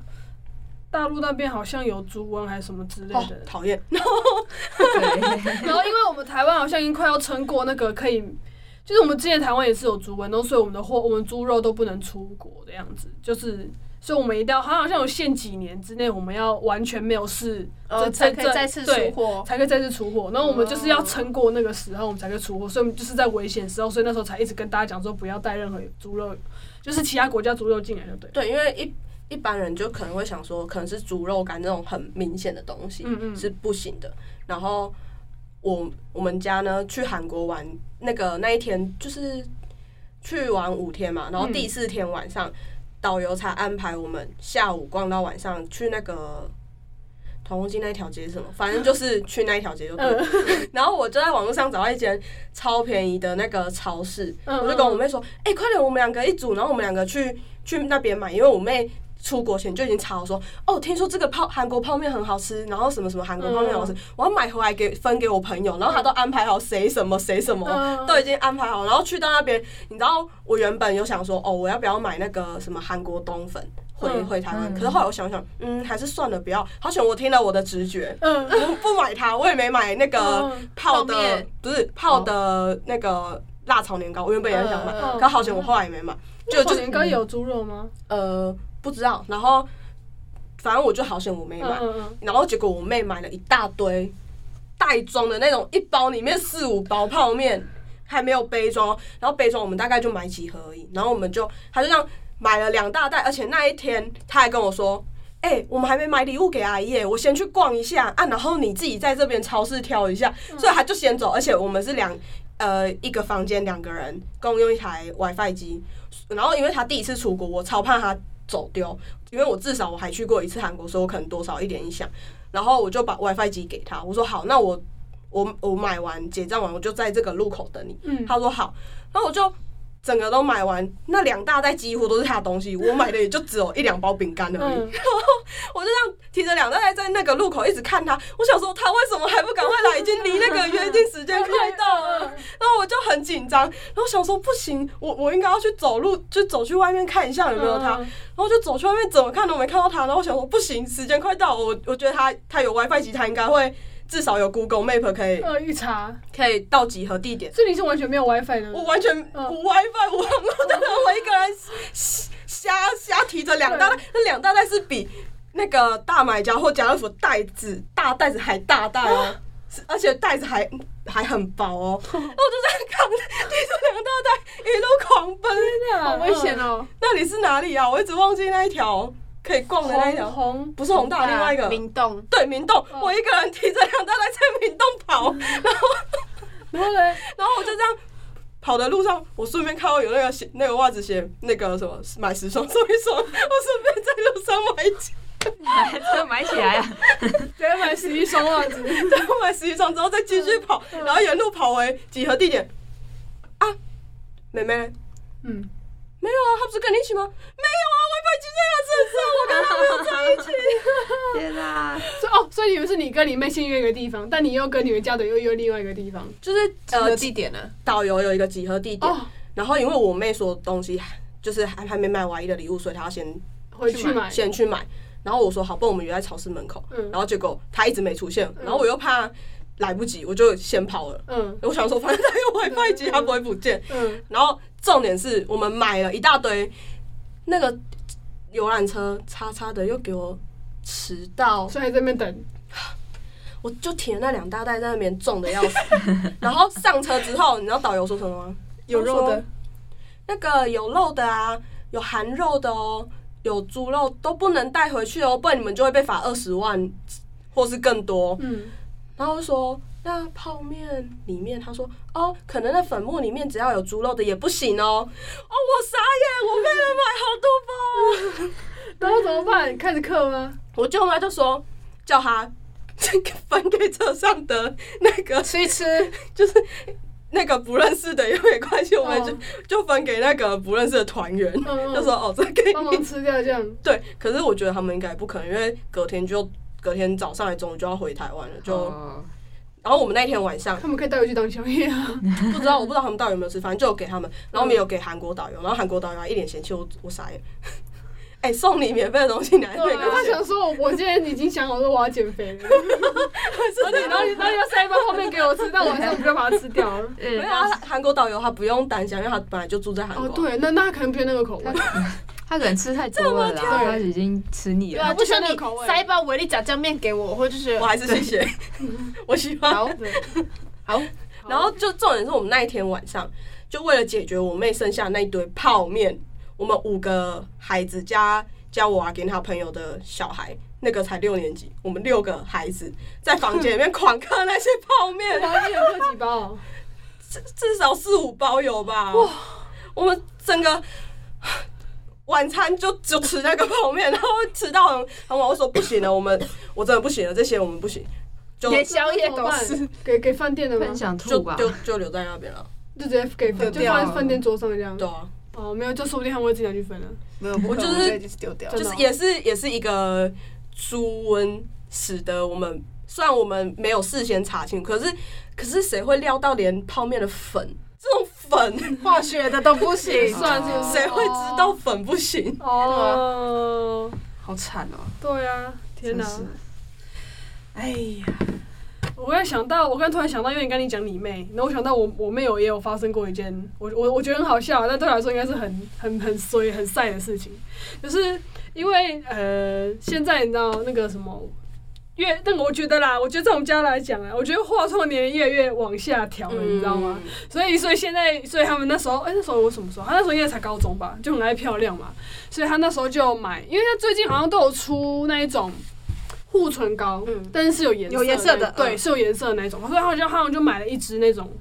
[SPEAKER 1] 大陆那边好像有猪瘟还是什么之类
[SPEAKER 3] 哦
[SPEAKER 1] 的，，
[SPEAKER 3] 讨厌。
[SPEAKER 4] 对，
[SPEAKER 1] 然后因为我们台湾好像已经快要撑过那个可以，就是我们之前台湾也是有猪瘟，然后所以我们的货我们猪肉都不能出国的样子，就是所以我们一定要它好像有限几年之内我们要完全没有事，
[SPEAKER 5] 呃，
[SPEAKER 1] 这
[SPEAKER 5] 才
[SPEAKER 1] 这
[SPEAKER 5] 可以
[SPEAKER 1] 这
[SPEAKER 5] 再次
[SPEAKER 1] 对
[SPEAKER 5] 出货。哦
[SPEAKER 1] 才可以再次出货。然后我们就是要撑过那个时候，我们才可以出货，所以我们就是在危险时候，所以那时候才一直跟大家讲说不要带任何猪肉，就是其他国家猪肉进来就对了。
[SPEAKER 3] 对，因为一一般人就可能会想说，可能是猪肉干那种很明显的东西
[SPEAKER 1] 嗯嗯
[SPEAKER 3] 是不行的。然后我我们家呢去韩国玩，那个那一天就是去玩五天嘛，然后第
[SPEAKER 1] 嗯
[SPEAKER 3] 四天晚上、导游才安排我们下午逛到晚上去那个。同红街那一条街是什么？反正就是去那一条街就
[SPEAKER 1] 嗯
[SPEAKER 3] 对了。然后我就在网络上找到一间超便宜的那个超市，
[SPEAKER 1] 嗯
[SPEAKER 3] 我就跟我妹说：“哎、快点，我们两个一组，然后我们两个去去那边买，因为我妹出国前就已经查好说，哦，听说这个泡韩国泡面很好吃，然后什么什么韩国泡面很好吃，
[SPEAKER 1] 嗯
[SPEAKER 3] 我要买回来给分给我朋友，然后她都安排好谁什么谁什么，
[SPEAKER 1] 嗯
[SPEAKER 3] 都已经安排好，然后去到那边，你知道我原本有想说，哦，我要不要买那个什么韩国冬粉回
[SPEAKER 1] 嗯
[SPEAKER 3] 回台湾？
[SPEAKER 4] 嗯
[SPEAKER 3] 可是后来我想想，嗯，还是算了，不要。好险，我听了我的直觉，
[SPEAKER 1] 嗯
[SPEAKER 3] 我不买它，我也没买那个
[SPEAKER 1] 嗯
[SPEAKER 3] 泡
[SPEAKER 5] 泡
[SPEAKER 3] 的
[SPEAKER 5] 面，
[SPEAKER 3] 不是泡的那个辣炒年糕，我原本也很想买，
[SPEAKER 5] 嗯
[SPEAKER 3] 可好险我后来也没买，
[SPEAKER 1] 就
[SPEAKER 3] 就就嗯
[SPEAKER 1] 就是年糕有猪肉吗？
[SPEAKER 3] 呃不知道，然后反正我就好险我没
[SPEAKER 1] 嗯
[SPEAKER 3] 买，
[SPEAKER 1] 嗯嗯，
[SPEAKER 3] 然后结果我妹买了一大堆袋装的那种，一包里面四五包泡面，还没有杯装哦，然后杯装我们大概就买几盒而已，然后我们就她就这样买了两大袋，而且那一天她还跟我说。哎、我们还没买礼物给阿姨耶、我先去逛一下啊，然后你自己在这边超市挑一下，所以她就先走，而且我们是两呃一个房间两个人共用一台 WiFi 机，然后因为她第一次出国，我超怕她走丢，因为我至少我还去过一次韩国，所以我可能多少一点印象。然后我就把 WiFi 机给他，我说好，那我我我买完结账完，我就在这个路口等你。
[SPEAKER 1] 嗯
[SPEAKER 3] 他说好，然后我就整个都买完，那两大袋几乎都是他的东西，我买的也就只有一两包饼干而已。
[SPEAKER 1] 嗯
[SPEAKER 3] 我就这样提着两大袋在那个路口一直看他，我想说他为什么还不赶快来？已经离那个约定时间 快到了，然后我就很紧张，然后想说不行，我我应该要去走路，就走去外面看一下有没有他。
[SPEAKER 1] 嗯
[SPEAKER 3] 然后就走去外面，怎么看都没看到他。然后我想说，不行，时间快到了，我我觉得他他有 WiFi 机，他应该会至少有 Google Map 可以
[SPEAKER 1] 呃，预查，
[SPEAKER 3] 可以到集合地点。
[SPEAKER 1] 所以你是完全没有 WiFi 的。
[SPEAKER 3] 我完全
[SPEAKER 1] 嗯
[SPEAKER 3] 无 WiFi 无网络的人，我一个人瞎瞎提着两大袋，那两大袋是比那个大买家或家乐福袋子大袋子还大袋哦。是而且袋子还还很薄哦，然后我就这样扛提着两大袋一路狂奔。
[SPEAKER 5] 好危险哦！
[SPEAKER 3] 啊那里是哪里啊？我一直忘记那一条可以逛的那一条
[SPEAKER 1] 红。红，
[SPEAKER 3] 不是宏大，另外一个
[SPEAKER 5] 明洞，
[SPEAKER 3] 对明洞，
[SPEAKER 1] 嗯
[SPEAKER 3] 我一个人提着两大袋在明洞跑，然后
[SPEAKER 1] 然后呢？
[SPEAKER 3] 然后我就这样跑的路上，我顺便看到有那个鞋，那个袜子鞋，那个什么买十双送一双，我顺便在路上买几，
[SPEAKER 4] 这买起来啊，
[SPEAKER 1] 直接买十一双袜子。
[SPEAKER 3] 再买十一双之后再继续跑，然后沿路跑回集合地点。啊，妹妹嘞
[SPEAKER 1] 嗯，
[SPEAKER 3] 没有啊，她不是跟你一起吗？没有啊，WiFi 机在她身上，我跟她没有在一起。
[SPEAKER 4] 天啊！
[SPEAKER 1] 所以哦，所以你们是你跟你妹先约一个地方，但你又跟你们家的又约另外一个地方。
[SPEAKER 3] 就是
[SPEAKER 5] 呃，
[SPEAKER 3] 呃，
[SPEAKER 5] 地点呢？
[SPEAKER 3] 导游有一个集合地点，
[SPEAKER 1] 哦，
[SPEAKER 3] 然后因为我妹说东西就是还还没买完一的礼物，所以她要先
[SPEAKER 1] 回去买。
[SPEAKER 3] 先去买。然后我说好，不然我们约在超市门口。
[SPEAKER 1] 嗯
[SPEAKER 3] 然后结果他一直没出现，然后我又怕来不及，我就先跑了。
[SPEAKER 1] 嗯
[SPEAKER 3] 我想说，反正他有 WiFi 机，他不会不见。
[SPEAKER 1] 嗯
[SPEAKER 3] 然后重点是我们买了一大堆那个游览车，叉叉的又给我迟到，
[SPEAKER 1] 所以这边等，
[SPEAKER 3] 我就停了那两大袋在那边重的要死。然后上车之后，你知道导游说什么吗？
[SPEAKER 5] 有肉
[SPEAKER 3] 他
[SPEAKER 5] 的
[SPEAKER 3] 说，那个有肉的啊，有含肉的哦，有猪肉都不能带回去哦，不然你们就会被罚二十万或是更多。
[SPEAKER 1] 嗯，
[SPEAKER 3] 然后就说那泡面里面，他说哦，可能那粉末里面只要有猪肉的也不行哦。哦，我傻眼，我为了买好多包，
[SPEAKER 1] 然后怎么办？开始刻吗？
[SPEAKER 3] 我舅妈就说叫他分给车上的那个
[SPEAKER 5] 吃一吃，
[SPEAKER 3] 就是那个不认识的也没关系，我们就、
[SPEAKER 1] 哦
[SPEAKER 3] 就分给那个不认识的团员，
[SPEAKER 1] 嗯
[SPEAKER 3] 就说
[SPEAKER 1] 嗯，
[SPEAKER 3] 哦，这给
[SPEAKER 1] 帮
[SPEAKER 3] 你
[SPEAKER 1] 忙。吃掉这样，
[SPEAKER 3] 对，可是我觉得他们应该不可能，因为隔天就隔天早上还中午就要回台湾了，就、
[SPEAKER 4] 哦
[SPEAKER 3] 然后我们那一天晚上
[SPEAKER 1] 他们可以带回去当宵夜啊。
[SPEAKER 3] 不知道我不知道他们导游有没有吃，反正就有给他们，然后
[SPEAKER 1] 嗯
[SPEAKER 3] 我们有给韩国导游，然后韩国导游还一脸嫌弃我，我傻眼。 哎、送你免费的东西，你还可以
[SPEAKER 1] 对
[SPEAKER 3] 给
[SPEAKER 1] 啊，
[SPEAKER 3] 我
[SPEAKER 1] 他
[SPEAKER 3] 钱
[SPEAKER 1] 想说，我今天已经想好说我要减肥了，而且然后你然后你要塞一包泡面给我吃，但晚上我就把它吃掉 了。
[SPEAKER 4] 嗯
[SPEAKER 3] 没有啊，韩国导游他不用担心，因为他本来就住在韩国。
[SPEAKER 1] 哦，对，那那他可能变那个口味
[SPEAKER 4] 他。他可能吃太多了啦，
[SPEAKER 1] 跳
[SPEAKER 4] 他已经吃腻
[SPEAKER 5] 对
[SPEAKER 4] 了
[SPEAKER 5] 啊，。
[SPEAKER 1] 我不
[SPEAKER 5] 就
[SPEAKER 1] 喜欢
[SPEAKER 5] 是
[SPEAKER 1] 那
[SPEAKER 5] 你
[SPEAKER 1] 个口味
[SPEAKER 5] 塞一包维力炸酱面给我，或者是
[SPEAKER 3] 我还是谢谢， 我喜欢。
[SPEAKER 5] 好好，
[SPEAKER 3] 然后就重点是我们那一天晚上，就为了解决我妹剩下那一堆泡面，我们五个孩子加加我啊跟她朋友的小孩，那个才六年级，我们六个孩子在房间里面狂嗑那些泡面，
[SPEAKER 1] 然后一人刻几包哦，
[SPEAKER 3] 至至少四五包有吧？哇，我们整个。晚餐就就吃那个泡面，然后吃到很很晚。我说不行了，我们我真的不行了，这些我们不行，就
[SPEAKER 5] 连宵夜都
[SPEAKER 1] 怎
[SPEAKER 5] 是
[SPEAKER 1] 么办给给饭店的吗
[SPEAKER 4] 很？想
[SPEAKER 3] 就
[SPEAKER 4] 吐吧？
[SPEAKER 3] 就就留在那边了。
[SPEAKER 1] 就直接给分，就
[SPEAKER 5] 丢
[SPEAKER 1] 放在
[SPEAKER 5] 掉
[SPEAKER 1] 饭店桌上这样
[SPEAKER 3] 对。啊，
[SPEAKER 1] 哦，没有，就说不定他们会自己拿去分了。
[SPEAKER 5] 没有，我
[SPEAKER 3] 我就是
[SPEAKER 5] 是丢掉，
[SPEAKER 1] 真
[SPEAKER 3] 就
[SPEAKER 1] 的哦
[SPEAKER 3] 是也是也是一个猪瘟，使得我们虽然我们没有事先查清，可是可是谁会料到连泡面的粉这种粉，
[SPEAKER 5] 化学的都不 行，
[SPEAKER 1] 算是
[SPEAKER 4] 哦
[SPEAKER 3] 谁会知道粉不行？
[SPEAKER 1] 哦，
[SPEAKER 5] 好惨哦，
[SPEAKER 1] 对啊，天哪！
[SPEAKER 5] 真是哎呀，
[SPEAKER 1] 我刚才想到，我刚才突然想到，因为你刚你讲你妹，然后我想到我我妹有也有发生过一件，我我我觉得很好笑，但对我来说应该是很很很衰很晒的事情，就是因为呃，现在你知道那个什么。越那个我觉得啦，我觉得在我们家来讲啊，我觉得画错年龄越来越往下调了，你知道吗？？所以，所以现在，所以他们那时候，哎、那时候我什么时候？他那时候应该才高中吧，就很爱漂亮嘛，所以他那时候就买，因为他最近好像都有出那一种护唇膏，
[SPEAKER 3] 嗯
[SPEAKER 1] 但是是有颜
[SPEAKER 5] 有颜色的
[SPEAKER 1] 那对，
[SPEAKER 5] 嗯
[SPEAKER 1] 是有颜色的那一种，所以他好像他好像就买了一支那种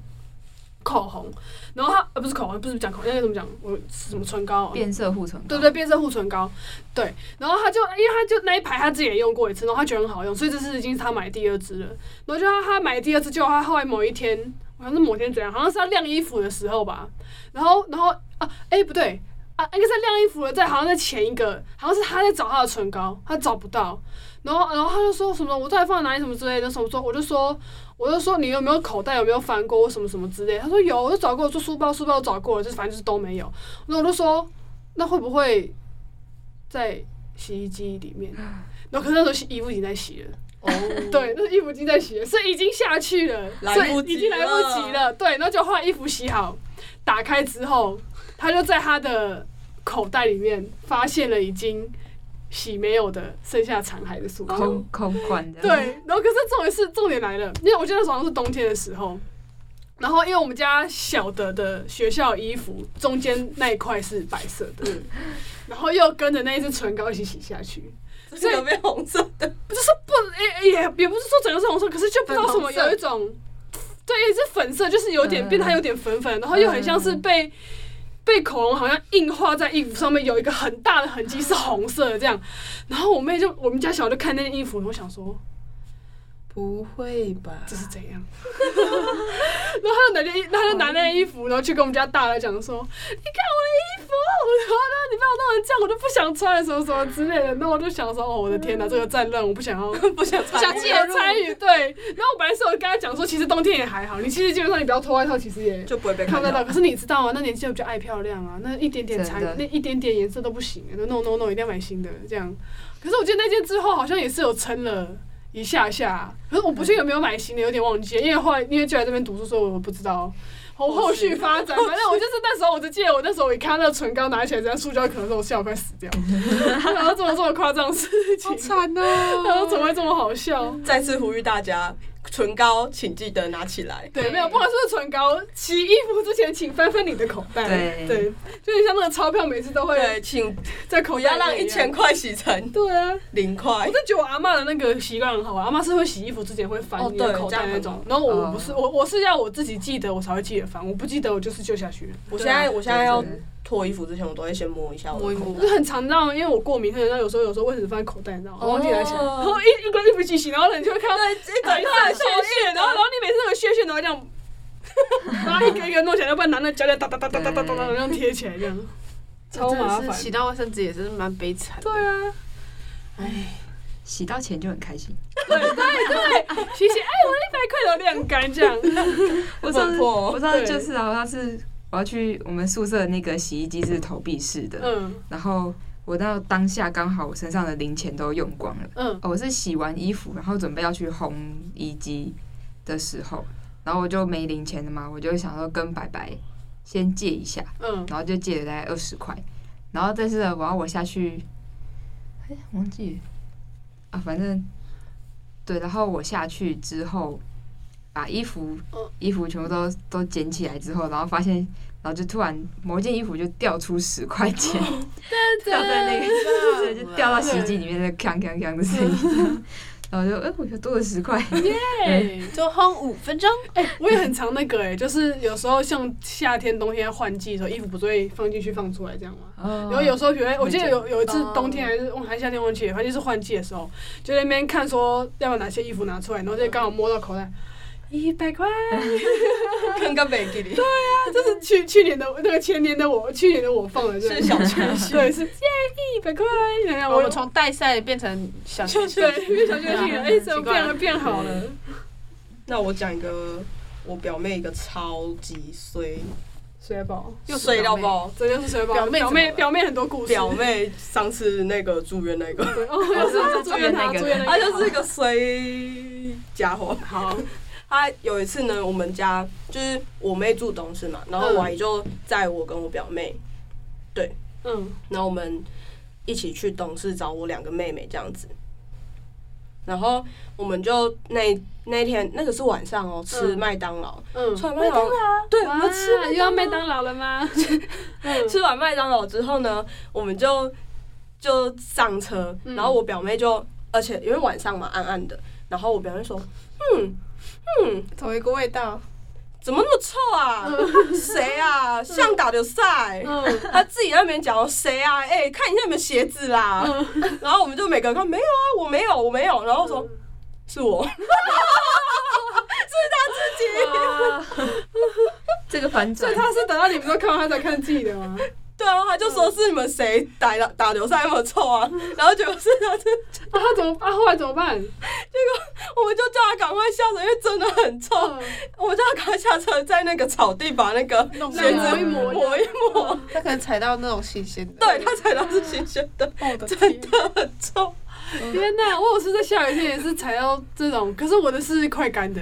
[SPEAKER 1] 口红，然后他呃不是口红，不是讲口红，那个怎么讲？我什么唇膏啊？
[SPEAKER 4] 变色护唇膏。
[SPEAKER 1] 对对，变色护唇膏，对，然后他就，因为他就那一排他自己也用过一次，然后他觉得很好用，所以这次已经是他买第二支了。然后就他他买第二支，结果他后来某一天，好像是某天怎样，好像是他晾衣服的时候吧，然后然后啊，哎不对啊，应该在晾衣服了，在好像在前一个，好像是他在找他的唇膏，他找不到，然后然后他就说什么我到底放在哪里什么之类的，什么说我就说我就说你有没有口袋有没有翻过我什么什么之类的，他说有，我就找过，我说书包书包我找过了，就是反正就是都没有，然后我就说那会不会在洗衣机里面？ 然后可是那时候洗衣服已经在洗了，
[SPEAKER 3] 哦，
[SPEAKER 1] 对，那衣服已经在洗了，所以已经下去了，
[SPEAKER 3] 来
[SPEAKER 1] 所以
[SPEAKER 3] 不及
[SPEAKER 1] 已经来不及了。对，然后就换衣服洗好，打开之后，他就在他的口袋里面发现了已经洗没有的剩下残骸的塑胶。
[SPEAKER 4] 空空罐的。
[SPEAKER 1] 对，，然后可是重点是重点来了，因为我记得那时候好像是冬天的时候，然后因为我们家小的的学校衣服中间那一块是白色的，然后又跟着那一支唇膏一起洗下去，
[SPEAKER 3] 这个变红色的，
[SPEAKER 1] 就是不也也也不是说整个是红色，可是就不知道什么
[SPEAKER 5] 粉红色
[SPEAKER 1] 有一种，对，也是粉色，就是有点变态，
[SPEAKER 4] 嗯
[SPEAKER 1] 有点粉粉，然后又很像是被。被口红好像硬画在衣服上面，有一个很大的痕迹是红色的这样。然后我妹就我们家小就看那件衣服，我想说，
[SPEAKER 2] 不会吧？
[SPEAKER 1] 这是怎样？ 然后他就拿那，他就拿那件衣服，然后去跟我们家大的讲说：“你看我的衣服。”然后呢，你帮我弄成这样，我都不想穿了，什么什么之类的。那我就想说，哦，我的天哪，这个战乱我不想要，不
[SPEAKER 3] 不想穿
[SPEAKER 1] 想要参与。对，然后我本来是有跟他讲说，其实冬天也还好，你其实基本上你不要脱外套，其实也
[SPEAKER 3] 就不会被
[SPEAKER 1] 看
[SPEAKER 3] 看
[SPEAKER 1] 得
[SPEAKER 3] 到
[SPEAKER 1] 到。。可是你知道啊，那年轻人比较爱漂亮啊，那一点点彩
[SPEAKER 4] 真的，
[SPEAKER 1] 那一点点颜色都不行，那 no no no，一定要买新的这样。可是我记得那件之后好像也是有撑了。一下下，可是我不确定有没有买新的，有点忘记了，因为后来因为就来这边读书，所以我不知道后后续发展。反正我就是那时候，我就记得我那时候一看到那唇膏拿起来这样塑胶壳的时候，我笑得快死掉。 然后怎么这么夸张的事情？
[SPEAKER 5] 惨哦
[SPEAKER 1] 然后怎么会这么好笑？
[SPEAKER 3] 再次呼吁大家，唇膏请记得拿起来。
[SPEAKER 1] 对，没有，不管是不是唇膏，洗衣服之前请翻翻你的口袋。
[SPEAKER 4] 对
[SPEAKER 1] 对，就是像那个钞票，每次都会
[SPEAKER 3] 对，请
[SPEAKER 1] 在口
[SPEAKER 3] 不
[SPEAKER 1] 袋
[SPEAKER 3] 要
[SPEAKER 1] 里
[SPEAKER 3] 让一千。块洗成
[SPEAKER 1] 对啊，
[SPEAKER 3] 零块
[SPEAKER 1] 我。就觉得我阿妈的那个习惯很好，我阿妈是会洗衣服之前会翻
[SPEAKER 3] 哦
[SPEAKER 1] 你的
[SPEAKER 3] 对
[SPEAKER 1] 口
[SPEAKER 3] 这样
[SPEAKER 1] 袋那
[SPEAKER 3] 很
[SPEAKER 1] 种
[SPEAKER 3] 好，哦
[SPEAKER 1] 然后我
[SPEAKER 4] 嗯
[SPEAKER 1] 不是我我是要我自己记得我才会记得翻，我不记得我就是就下去了。
[SPEAKER 3] 我现在我现在要
[SPEAKER 4] 对对
[SPEAKER 3] 脱衣服之前，我都会先啊摸一下我的口
[SPEAKER 1] 我就很常让，因为我过敏，可能有时候有时候卫生纸放在口袋，你知道吗？
[SPEAKER 3] 哦
[SPEAKER 1] 我忘记拿起来，然后一一个一不洗洗，然后你就会看到
[SPEAKER 3] 对，一
[SPEAKER 1] 整
[SPEAKER 3] 整
[SPEAKER 1] 块
[SPEAKER 3] 块
[SPEAKER 1] 屑屑，然后然后你每次那个屑屑，然后这 样，然后一个一个弄起来，要不然拿那胶带哒哒哒哒哒哒哒哒这样贴起来，这样超麻
[SPEAKER 5] 真的
[SPEAKER 1] 烦
[SPEAKER 5] 是。洗到卫生纸也是蛮悲惨的
[SPEAKER 1] 对。啊，
[SPEAKER 4] 洗到钱就很开心。
[SPEAKER 1] 对对对，洗洗，哎，我一百块有晾干这 样。
[SPEAKER 4] 我上次
[SPEAKER 3] 很破哦
[SPEAKER 4] 我上次
[SPEAKER 1] 对
[SPEAKER 4] 就是啊，我上次我要去我们宿舍的那个洗衣机是投币式的，
[SPEAKER 1] 嗯
[SPEAKER 4] 然后我到当下刚好我身上的零钱都用光了。
[SPEAKER 1] 嗯，
[SPEAKER 4] 哦我是洗完衣服，然后准备要去烘衣机的时候，然后我就没零钱了嘛，我就想说跟白白先借一下，
[SPEAKER 1] 嗯，
[SPEAKER 4] 然后就借了大概二十块，然后但是呢，我要我下去，哎，忘记了啊，反正对，然后我下去之后，把衣服
[SPEAKER 1] 嗯
[SPEAKER 4] 衣服全部都都捡起来之后，然后发现，然后就突然某一件衣服就掉出十块钱， 掉在那个对， 就掉到洗衣机里面，那锵锵锵的声音。 然后就，哎、我就多了十块。
[SPEAKER 1] 对。
[SPEAKER 5] 就烘五分钟，
[SPEAKER 1] 我也很常那个哎、就是有时候像夏天、冬天换季的时候，衣服不是会放进去放出来这样吗？
[SPEAKER 4] 然
[SPEAKER 1] 然后有时候觉得，我记得有有一次
[SPEAKER 5] 哦
[SPEAKER 1] 冬天还是忘还是夏天忘记了，反正就是换季的时候，就在那边看说要把哪些衣服拿出来，然后就刚好摸到口袋。一百块，
[SPEAKER 3] 跟个美给你，
[SPEAKER 1] 这是去去年的那个前年的我，去年的我放的，
[SPEAKER 3] 是
[SPEAKER 1] 对
[SPEAKER 3] 小确幸。
[SPEAKER 1] 对是耶一百块，然后
[SPEAKER 5] 我
[SPEAKER 1] 我
[SPEAKER 5] 们从代赛变成小确幸，
[SPEAKER 1] 对，因为小确幸了，哎，怎么变了变好了？
[SPEAKER 3] 那我讲一个我表妹一个超级衰，
[SPEAKER 1] 水宝，
[SPEAKER 5] 又是
[SPEAKER 3] 衰
[SPEAKER 5] 表
[SPEAKER 3] 到
[SPEAKER 5] 妹
[SPEAKER 3] 爆。
[SPEAKER 1] 这就是水宝，
[SPEAKER 5] 表妹
[SPEAKER 1] 表
[SPEAKER 5] 怎么
[SPEAKER 1] 妹
[SPEAKER 5] 了
[SPEAKER 1] 表妹很多故事，
[SPEAKER 3] 表妹上次那个住院那个，
[SPEAKER 1] 对哦，又是住院他，住院 那
[SPEAKER 3] 她
[SPEAKER 1] 个，
[SPEAKER 3] 就是个衰家伙。
[SPEAKER 1] 好，
[SPEAKER 3] 她有一次呢，我们家就是我妹住东市嘛，然后我阿姨就载我跟我表妹，
[SPEAKER 1] 嗯，
[SPEAKER 3] 然后我们一起去东市找我两个妹妹这样子。然后我们就那那天那个是晚上哦，吃
[SPEAKER 1] 嗯
[SPEAKER 3] 麦当劳，
[SPEAKER 1] 嗯，
[SPEAKER 3] 吃完麦当劳，对，我们吃
[SPEAKER 1] 哇
[SPEAKER 3] 麦
[SPEAKER 1] 又要
[SPEAKER 3] 当
[SPEAKER 1] 麦
[SPEAKER 3] 劳
[SPEAKER 1] 当劳了吗？嗯
[SPEAKER 3] 吃完麦当劳之后呢，我们就就上车，
[SPEAKER 1] 嗯
[SPEAKER 3] 然后我表妹就，而且因为晚上嘛，暗暗的，然后我表妹说，嗯嗯，
[SPEAKER 5] 同一个味道，
[SPEAKER 3] 怎么那么臭啊？谁啊？像打的赛。
[SPEAKER 1] 嗯
[SPEAKER 3] 她自己在那边讲谁啊？哎、看一下有没有鞋子啦。然后我们就每个人说没有啊，我没有，我没有。然后说是我，
[SPEAKER 4] 这个反
[SPEAKER 1] 所
[SPEAKER 4] 转
[SPEAKER 1] 以，他是等到你们都看完他才看自己的吗？
[SPEAKER 3] 对啊，她就说是你们谁打了打流赛那么臭啊？然后结果是她是
[SPEAKER 1] 啊，他怎么啊？后来怎么办？
[SPEAKER 3] 我们就叫她赶快下车，因为真的很臭。我叫他赶快下车，在那个草地把那个
[SPEAKER 5] 弄
[SPEAKER 3] 鞋
[SPEAKER 1] 那
[SPEAKER 3] 子
[SPEAKER 1] 个抹一抹
[SPEAKER 3] 抹一抹，
[SPEAKER 5] 他可能踩到那种新鲜的，
[SPEAKER 3] 对他才到是新鲜的，
[SPEAKER 1] 哦我的
[SPEAKER 3] 真
[SPEAKER 1] 天！
[SPEAKER 3] 的很臭。
[SPEAKER 1] 天哪！我有时在下雨天也是踩到这种，可是我的是快干的，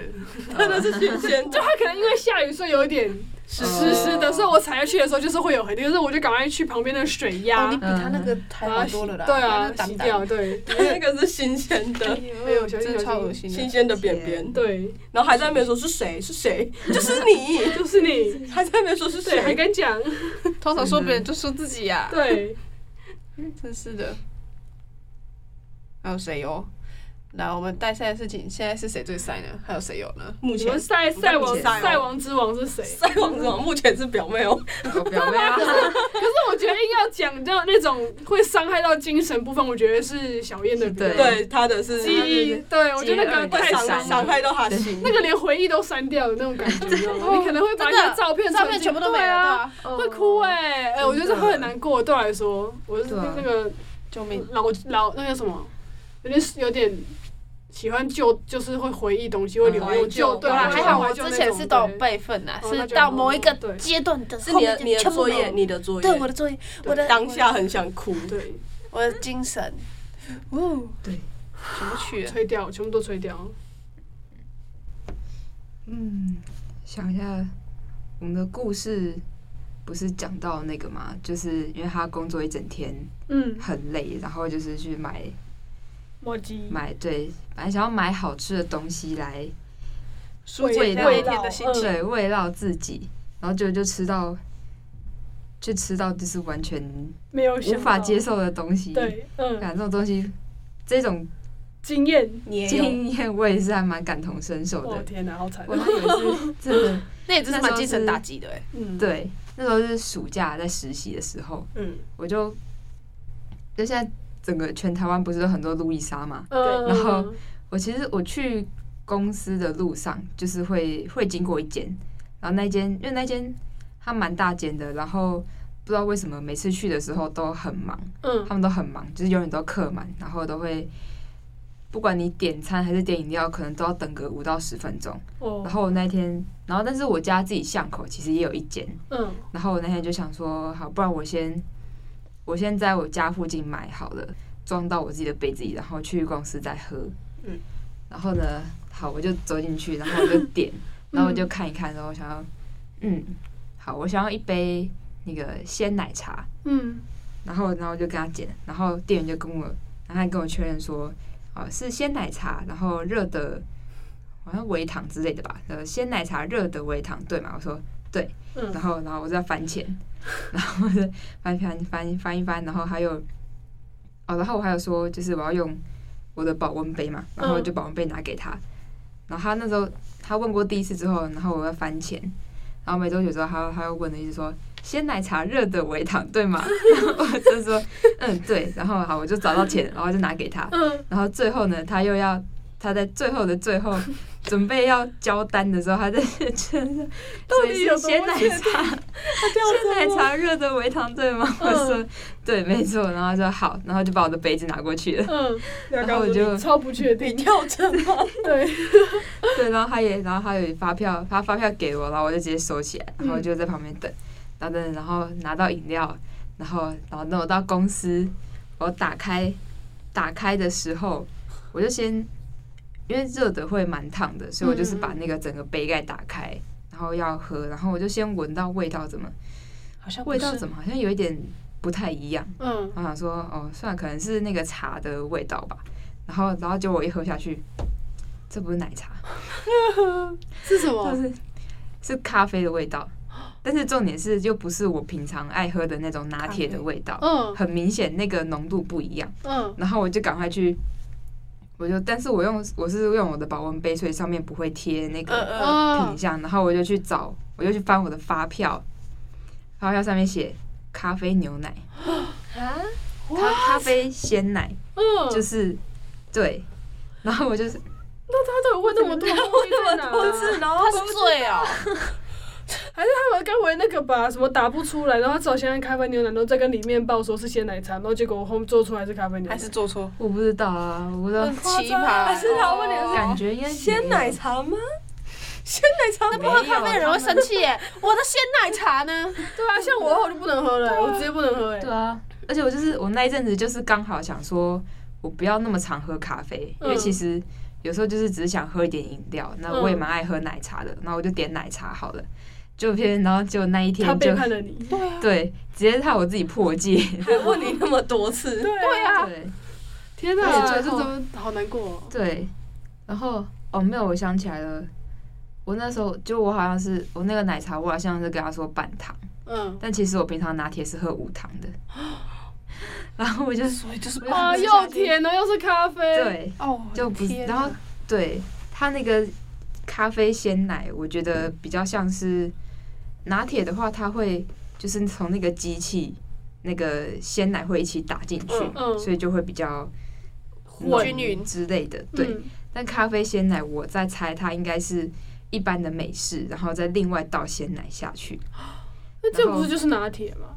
[SPEAKER 3] 真的是新鲜
[SPEAKER 1] 就
[SPEAKER 3] 的。
[SPEAKER 1] 它可能因为下雨，所以有一点湿湿的，所以我踩下去的时候就是会有痕，可是我就赶快去旁边的水
[SPEAKER 5] 哦，
[SPEAKER 1] 压
[SPEAKER 5] 你比，他那个还
[SPEAKER 1] 把它
[SPEAKER 5] 好
[SPEAKER 1] 洗
[SPEAKER 5] 多了啦，
[SPEAKER 1] 对
[SPEAKER 5] 他那
[SPEAKER 1] 啊，
[SPEAKER 5] 个挡
[SPEAKER 1] 洗
[SPEAKER 5] 挡
[SPEAKER 1] 掉，对，
[SPEAKER 3] 那个是新鲜的，
[SPEAKER 1] 没有小心
[SPEAKER 5] 真的超
[SPEAKER 1] 小
[SPEAKER 5] 恶
[SPEAKER 1] 心，
[SPEAKER 5] 心
[SPEAKER 3] 新
[SPEAKER 5] 的，
[SPEAKER 3] 鲜的便便，
[SPEAKER 1] 对，
[SPEAKER 3] 然后还在那边说是谁是谁，就是你，
[SPEAKER 1] 就是 你，
[SPEAKER 3] 还在那边说是
[SPEAKER 1] 对，还
[SPEAKER 3] 谁，
[SPEAKER 1] 敢讲，
[SPEAKER 5] 通常说别人就说自己啊呀，
[SPEAKER 1] 对，
[SPEAKER 5] 真是的。还有谁哦？来，我们带赛的事情，现在是谁最赛呢？还有谁有呢？
[SPEAKER 3] 目
[SPEAKER 1] 你
[SPEAKER 3] 前
[SPEAKER 1] 们赛赛王
[SPEAKER 3] 赛王
[SPEAKER 1] 赛王之王是谁？
[SPEAKER 3] 赛王之王目前是表妹哦，
[SPEAKER 4] 我表妹啊，
[SPEAKER 1] 可是我觉得硬要讲到那种会伤害到精神部分，我觉得是小燕的比较
[SPEAKER 4] 对
[SPEAKER 3] 对，她的是
[SPEAKER 1] 记忆，对我觉得那个
[SPEAKER 4] 记忆
[SPEAKER 1] 太
[SPEAKER 3] 会
[SPEAKER 1] 伤
[SPEAKER 3] 伤
[SPEAKER 1] 了
[SPEAKER 3] 伤害到她心。
[SPEAKER 1] 那个连回忆都删掉的那种感觉，你知道吗？你可能会把你
[SPEAKER 5] 真
[SPEAKER 1] 的
[SPEAKER 5] 的
[SPEAKER 1] 照片
[SPEAKER 5] 照
[SPEAKER 1] 存
[SPEAKER 5] 片
[SPEAKER 1] 进
[SPEAKER 5] 全部都没
[SPEAKER 1] 对
[SPEAKER 5] 了，
[SPEAKER 1] 啊，
[SPEAKER 5] 对啊
[SPEAKER 4] 哦
[SPEAKER 1] 会哭哎、哎、我觉得这会很难过。对我来说，我是
[SPEAKER 4] 对啊
[SPEAKER 1] 那个
[SPEAKER 5] 救命！
[SPEAKER 1] 老老那个什么，有点有点喜欢旧，就是会回忆东西，会留
[SPEAKER 4] 嗯
[SPEAKER 3] 怀
[SPEAKER 1] 有
[SPEAKER 3] 旧
[SPEAKER 1] 旧。对
[SPEAKER 5] 有
[SPEAKER 1] 啊，
[SPEAKER 5] 啦，
[SPEAKER 3] 对
[SPEAKER 5] 还
[SPEAKER 1] 会
[SPEAKER 5] 好
[SPEAKER 1] 怀
[SPEAKER 5] 我
[SPEAKER 1] 旧
[SPEAKER 5] 之
[SPEAKER 1] 那
[SPEAKER 5] 前
[SPEAKER 1] 种
[SPEAKER 5] 是都有
[SPEAKER 1] 对
[SPEAKER 5] 备份呐，
[SPEAKER 1] 哦
[SPEAKER 5] 是
[SPEAKER 1] 那就
[SPEAKER 5] 到
[SPEAKER 1] 好
[SPEAKER 5] 某一个
[SPEAKER 1] 对
[SPEAKER 5] 阶段的
[SPEAKER 3] 是
[SPEAKER 5] 后
[SPEAKER 3] 你
[SPEAKER 5] 面
[SPEAKER 3] 的
[SPEAKER 5] 就
[SPEAKER 3] 你的
[SPEAKER 5] 全部
[SPEAKER 3] 作业，
[SPEAKER 5] 没有
[SPEAKER 3] 你的作业，
[SPEAKER 5] 对我的作业，我的
[SPEAKER 3] 当下很想哭，
[SPEAKER 1] 对
[SPEAKER 5] 我的精神，呜，
[SPEAKER 4] 对，
[SPEAKER 5] 全部去了。
[SPEAKER 1] 吹掉，全部都吹掉。
[SPEAKER 4] 嗯，想一下，我们的故事不是讲到那个嘛，就是因为他工作一整天
[SPEAKER 1] 嗯，
[SPEAKER 4] 很累，然后就是去买
[SPEAKER 1] 墨迹
[SPEAKER 4] 买对，本来想要买好吃的东西来
[SPEAKER 5] 疏解
[SPEAKER 4] 解掉
[SPEAKER 5] 那
[SPEAKER 4] 一
[SPEAKER 5] 一
[SPEAKER 4] 天
[SPEAKER 5] 天
[SPEAKER 3] 的
[SPEAKER 5] 的
[SPEAKER 3] 心
[SPEAKER 5] 心
[SPEAKER 3] 情
[SPEAKER 5] 情。
[SPEAKER 4] 对慰劳自己，然后就就吃到。就吃到就是完全
[SPEAKER 1] 没有
[SPEAKER 4] 无
[SPEAKER 1] 想
[SPEAKER 4] 法
[SPEAKER 1] 到
[SPEAKER 4] 接。受的东西，
[SPEAKER 1] 对，嗯，
[SPEAKER 4] 感这种东西，这种
[SPEAKER 1] 经验。
[SPEAKER 3] 你也有
[SPEAKER 4] 经验我也是还蛮感同身受
[SPEAKER 1] 我
[SPEAKER 4] 的。
[SPEAKER 1] 天哪，好惨
[SPEAKER 4] 我！那也是真的，
[SPEAKER 5] 那也真是
[SPEAKER 4] 那时
[SPEAKER 5] 蛮
[SPEAKER 4] 候
[SPEAKER 5] 精神
[SPEAKER 4] 是
[SPEAKER 5] 打击的哎、
[SPEAKER 1] 嗯，，
[SPEAKER 4] 对，那时候是暑假在实习的时候，
[SPEAKER 3] 嗯，
[SPEAKER 4] 我就就现在整个全台湾不是有很多路易莎嘛？
[SPEAKER 1] 嗯，
[SPEAKER 4] 然后我其实我去公司的路上，就是会会经过一间，然后那间因为那间它蛮大间的，然后不知道为什么每次去的时候都很忙，
[SPEAKER 1] 嗯
[SPEAKER 4] 他们都很忙，就是永远都客满，然后都会。不管你点餐还是点饮料，可能都要等个五到十分钟。
[SPEAKER 1] 哦
[SPEAKER 4] 然，后我那天，然后但是我家自己巷口其实也有一间，
[SPEAKER 1] 嗯
[SPEAKER 4] 然后我那天就想说，好，不然我先我先在我家附近买好了，装到我自己的杯子里，然后去公司再喝。
[SPEAKER 3] 嗯，
[SPEAKER 4] 然后呢，好，我就走进去，然后我就点，然后我就看一看，然后我想要，嗯，好，我想要一杯那个鲜奶茶，
[SPEAKER 1] 嗯，
[SPEAKER 4] 然后然后我就跟他点，然后店员就跟我，然后他跟我确认说，哦，是鲜奶茶，然后热的，好像微糖之类的吧，呃，鲜奶茶热的微糖，对吗？我说对，
[SPEAKER 1] 嗯
[SPEAKER 4] 然后然后我就在翻钱， 然后我就翻翻翻翻一翻，然后还有，哦，然后我还有说就是我要用我的保温杯嘛，然后我就保温杯拿给他，然后他那时候他问过第一次之后，然后我要翻钱，然后没多久之后他他又问了一次说。鲜奶茶热的微糖对吗？ 然后我就说嗯对，然后好我就找到钱，然后就拿给他，
[SPEAKER 1] 嗯，
[SPEAKER 4] 然后最后呢，他又要他在最后的最后准备要交单的时候，他在真的
[SPEAKER 1] 到
[SPEAKER 4] 所
[SPEAKER 1] 底
[SPEAKER 4] 以
[SPEAKER 1] 有
[SPEAKER 4] 是
[SPEAKER 1] 多
[SPEAKER 4] 鲜奶
[SPEAKER 1] 确
[SPEAKER 4] 茶，鲜奶茶热的微糖对吗？ 我
[SPEAKER 1] 嗯
[SPEAKER 4] 说对，没错。然后他说好，然后就把我的杯子拿过去了。
[SPEAKER 1] 嗯，
[SPEAKER 3] 然
[SPEAKER 4] 后我就
[SPEAKER 1] 超不确
[SPEAKER 3] 你
[SPEAKER 1] 定，
[SPEAKER 3] 跳针吗？
[SPEAKER 1] 对，
[SPEAKER 4] 对，然后他也，然后他有发票，他发票给我，然后我就直接收起来，
[SPEAKER 5] 嗯
[SPEAKER 4] 然后我就在旁边等，然后等，然后拿到饮料，然后然后等我到公司，我打开打开的时候，我就先因为热的会蛮烫的，所以我
[SPEAKER 5] 嗯
[SPEAKER 4] 就是把那个整个杯盖打开，然后要喝，然后我就先闻到味道怎么
[SPEAKER 5] 好像
[SPEAKER 4] 味道怎么好像有一点不太一样，
[SPEAKER 1] 嗯，
[SPEAKER 4] 我想说，哦，算了，可能是那个茶的味道吧。然后，然后结果我一喝下去，这不是奶茶，
[SPEAKER 1] 是什
[SPEAKER 4] 就
[SPEAKER 1] 么？
[SPEAKER 4] 是是咖啡的味道。但是重点是，又不是我平常爱喝的那种拿铁的味道，
[SPEAKER 1] 嗯
[SPEAKER 4] 很明显那个浓度不一样。
[SPEAKER 1] 嗯
[SPEAKER 4] 然后我就赶快去，我就，但是我用我是用我的保温杯，所以上面不会贴那
[SPEAKER 5] 呃
[SPEAKER 4] 个
[SPEAKER 5] 呃，
[SPEAKER 1] 啊
[SPEAKER 4] 品，相。然后我就去找，我就去翻我的发票，发票上面写咖啡牛奶，咖咖啡鲜奶。
[SPEAKER 1] 嗯，
[SPEAKER 4] 就是对，然后我就是
[SPEAKER 1] 那他都有问那么多，问 那么多，
[SPEAKER 3] 然后
[SPEAKER 5] 他是醉哦、
[SPEAKER 1] 还是他们该回那个吧？什么打不出来，然后他找现在咖啡牛奶，然后再跟里面报说是鲜奶茶，然后结果我后面做出来是咖哦啡牛奶
[SPEAKER 5] 还，是做错？
[SPEAKER 4] 我不知道啊，我不知道
[SPEAKER 5] 很，奇葩、哦
[SPEAKER 3] 还是他问你是
[SPEAKER 4] 感觉应该
[SPEAKER 3] 鲜奶茶吗？鲜奶茶
[SPEAKER 5] 不喝咖啡的人会生气耶！我的鲜奶茶呢？
[SPEAKER 1] 对啊，像我的话我就不能喝了，我直接不能喝哎
[SPEAKER 4] 对，啊，而且我就是我那一阵子就是刚好想说，我不要那么常喝咖啡，因为
[SPEAKER 1] 嗯
[SPEAKER 4] 其实有时候就是只是想喝一点饮料，那我也
[SPEAKER 1] 嗯
[SPEAKER 4] 蛮爱喝奶茶的，那我就点奶茶好了，就偏然后就那一
[SPEAKER 1] 他
[SPEAKER 4] 天
[SPEAKER 1] 背
[SPEAKER 4] 就
[SPEAKER 1] 叛了你，
[SPEAKER 4] 对，直接害我自己破戒，
[SPEAKER 3] 还问你那么多次，
[SPEAKER 1] 对啊，
[SPEAKER 4] 对
[SPEAKER 1] 天
[SPEAKER 4] 而
[SPEAKER 1] 哪，
[SPEAKER 4] 且
[SPEAKER 1] 这怎
[SPEAKER 4] 最后
[SPEAKER 1] 么好难过哦？
[SPEAKER 4] 对，然后哦没有，我想起来了。我那时候就我好像是我那个奶茶，我好像是跟他说半糖，
[SPEAKER 1] 嗯，
[SPEAKER 4] 但其实我平常拿铁是喝无糖的。 然后我就
[SPEAKER 5] 所以就是
[SPEAKER 4] 我就
[SPEAKER 1] 啊，又甜哦，又是咖啡，，
[SPEAKER 4] 对，
[SPEAKER 5] 哦，
[SPEAKER 4] 就不是，
[SPEAKER 5] 天
[SPEAKER 4] 然后
[SPEAKER 5] 哪
[SPEAKER 4] 对它那个咖啡鲜奶，我觉得比较像是拿铁的话，它会就是从那个机器那个鲜奶会一起打进去，
[SPEAKER 3] 嗯
[SPEAKER 1] 嗯
[SPEAKER 4] 所以就会比较
[SPEAKER 1] 混
[SPEAKER 5] 均匀
[SPEAKER 4] 之类的。对，
[SPEAKER 1] 嗯，
[SPEAKER 4] 但咖啡鲜奶我在猜它应该是一般的美式，然后再另外倒鲜奶下去，
[SPEAKER 1] 那这不是就是拿铁吗？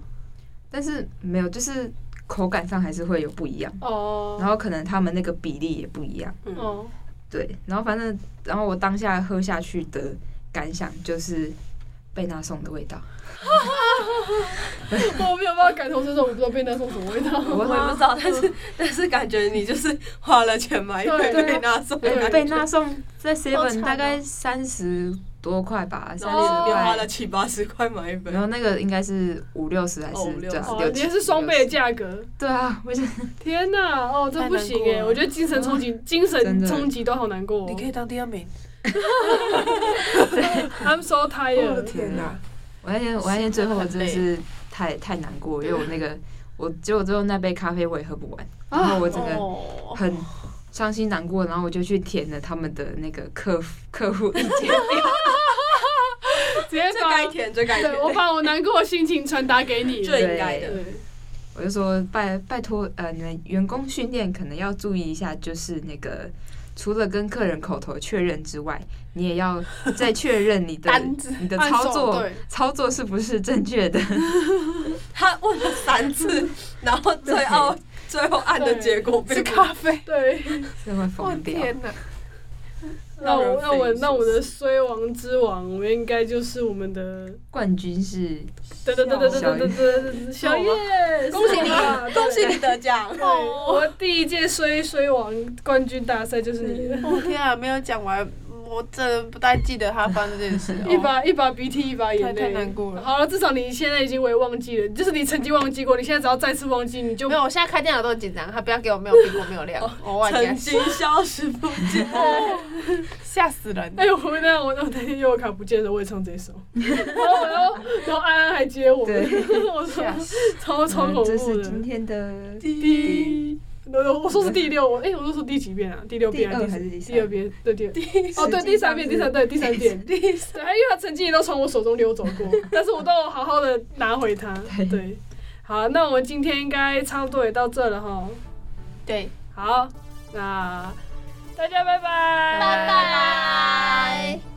[SPEAKER 4] 但是没有，就是口感上还是会有不一样，
[SPEAKER 1] 哦，
[SPEAKER 4] 然后可能他们那个比例也不一样。
[SPEAKER 3] 嗯
[SPEAKER 1] 哦，
[SPEAKER 4] 对，然后反正，然后我当下喝下去的感想就是贝纳颂的味道，
[SPEAKER 1] 我没有办法感同身受，我不知道被那送什么味 道。
[SPEAKER 4] 我
[SPEAKER 3] 我也不知道，但是但是感觉你就是花了钱买一杯
[SPEAKER 1] 对
[SPEAKER 3] 贝纳颂，
[SPEAKER 1] 对
[SPEAKER 4] 贝纳颂在
[SPEAKER 5] 好惨
[SPEAKER 4] seven
[SPEAKER 5] 哦
[SPEAKER 4] 大概三十多块吧，三十
[SPEAKER 1] 哦
[SPEAKER 3] 你花了
[SPEAKER 4] 块，
[SPEAKER 3] 七八十块买一杯
[SPEAKER 4] 然，后那个应该是五六十还
[SPEAKER 3] 哦
[SPEAKER 4] 是
[SPEAKER 3] 五六
[SPEAKER 4] 对啊
[SPEAKER 3] 十
[SPEAKER 1] 哦，
[SPEAKER 4] 六
[SPEAKER 1] 你
[SPEAKER 4] 七
[SPEAKER 1] 也是双倍的，
[SPEAKER 4] 六
[SPEAKER 1] 价格，
[SPEAKER 4] 十对啊，我就
[SPEAKER 1] 天哪！哦，这不行
[SPEAKER 5] 太难
[SPEAKER 1] 哎，
[SPEAKER 5] 过了
[SPEAKER 1] 我觉得精神冲击、精
[SPEAKER 4] 真
[SPEAKER 1] 神
[SPEAKER 4] 的
[SPEAKER 1] 冲击都好难过哦。
[SPEAKER 5] 你可以当第二名，
[SPEAKER 1] I'm so
[SPEAKER 3] 我的
[SPEAKER 1] tired。
[SPEAKER 3] 天哪！
[SPEAKER 4] 我那天我那天最后真的
[SPEAKER 5] 心
[SPEAKER 4] 是太太难过，因为我那个我结果最后那杯咖啡我也喝不完，然后我整个
[SPEAKER 5] 哦，
[SPEAKER 4] 很伤心难过，然后我就去填了他们的那个客服客户意见表。
[SPEAKER 1] 直接
[SPEAKER 3] 这
[SPEAKER 1] 把
[SPEAKER 3] 该甜，这该
[SPEAKER 1] 对我
[SPEAKER 3] 甜，
[SPEAKER 1] 把我难过的心情传达给你。
[SPEAKER 3] 这应该的。
[SPEAKER 1] 对，
[SPEAKER 4] 我就说拜拜托，呃，你们员工训练可能要注意一下，就是那个除了跟客人口头确认之外，你也要再确 认你的
[SPEAKER 5] 单子
[SPEAKER 4] 你的
[SPEAKER 1] 按手
[SPEAKER 4] 操作
[SPEAKER 1] 对
[SPEAKER 4] 操作是不是正确的。
[SPEAKER 3] 他问了三次，然后最后最后按的结果
[SPEAKER 5] 是
[SPEAKER 3] 被
[SPEAKER 5] 咖啡，
[SPEAKER 1] 对，
[SPEAKER 4] 真会
[SPEAKER 5] 我
[SPEAKER 4] 疯
[SPEAKER 1] 哦
[SPEAKER 4] 掉。
[SPEAKER 5] 天啊哪，
[SPEAKER 1] 那
[SPEAKER 3] 让
[SPEAKER 1] 我
[SPEAKER 3] 人
[SPEAKER 1] 那我那我
[SPEAKER 3] 匪夷所
[SPEAKER 1] 的
[SPEAKER 3] 思
[SPEAKER 1] 衰王之王，我应该就是我们的
[SPEAKER 4] 冠军是呃
[SPEAKER 1] 噔噔噔噔噔噔噔噔小叶，
[SPEAKER 3] 恭喜
[SPEAKER 1] 是我
[SPEAKER 3] 你，恭喜你得奖。
[SPEAKER 1] 对，我第一届衰衰王冠军大赛就是你了，
[SPEAKER 5] 我天啊，没有讲完，我真的不太记得他发生这件事，
[SPEAKER 1] 一
[SPEAKER 5] 哦
[SPEAKER 1] 把一把鼻涕一把眼
[SPEAKER 5] 太
[SPEAKER 1] 泪，
[SPEAKER 5] 太难过了。
[SPEAKER 1] 好了，至少你现在已经我也忘记了，就是你曾经忘记过，你现在只要再次忘记，你就
[SPEAKER 5] 没有，我现在开电脑都很紧张，他不要给我没有苹果没有量，我忘
[SPEAKER 3] 曾
[SPEAKER 5] 记
[SPEAKER 3] 经消失不见，
[SPEAKER 5] 吓死人。
[SPEAKER 1] 哎呦，我那我那我那天悠游卡不见的时候，我也唱这首， 然后然后然后安安还接我，
[SPEAKER 4] 对
[SPEAKER 1] 我说
[SPEAKER 5] 吓死！
[SPEAKER 1] 超超
[SPEAKER 4] 嗯
[SPEAKER 1] 恐
[SPEAKER 4] 这
[SPEAKER 1] 怖
[SPEAKER 4] 是今
[SPEAKER 1] 的。
[SPEAKER 4] 天的
[SPEAKER 1] 第，我我说是第六，我哎，我都说第几遍啊？第六遍
[SPEAKER 4] 第二还是第三
[SPEAKER 1] 第二遍？对，第二。哦，
[SPEAKER 4] 实
[SPEAKER 1] 对，
[SPEAKER 4] 际
[SPEAKER 1] 第三
[SPEAKER 4] 上
[SPEAKER 1] 遍，
[SPEAKER 4] 是
[SPEAKER 1] 第三对， 第三遍。对，因为他曾经也都从我手中溜走 过，但是我都有好好的拿回他。
[SPEAKER 4] 对
[SPEAKER 1] 对，好，那我们今天应该差不多也到这了哈。
[SPEAKER 5] 对，
[SPEAKER 1] 好，那大家拜拜，
[SPEAKER 5] 拜拜。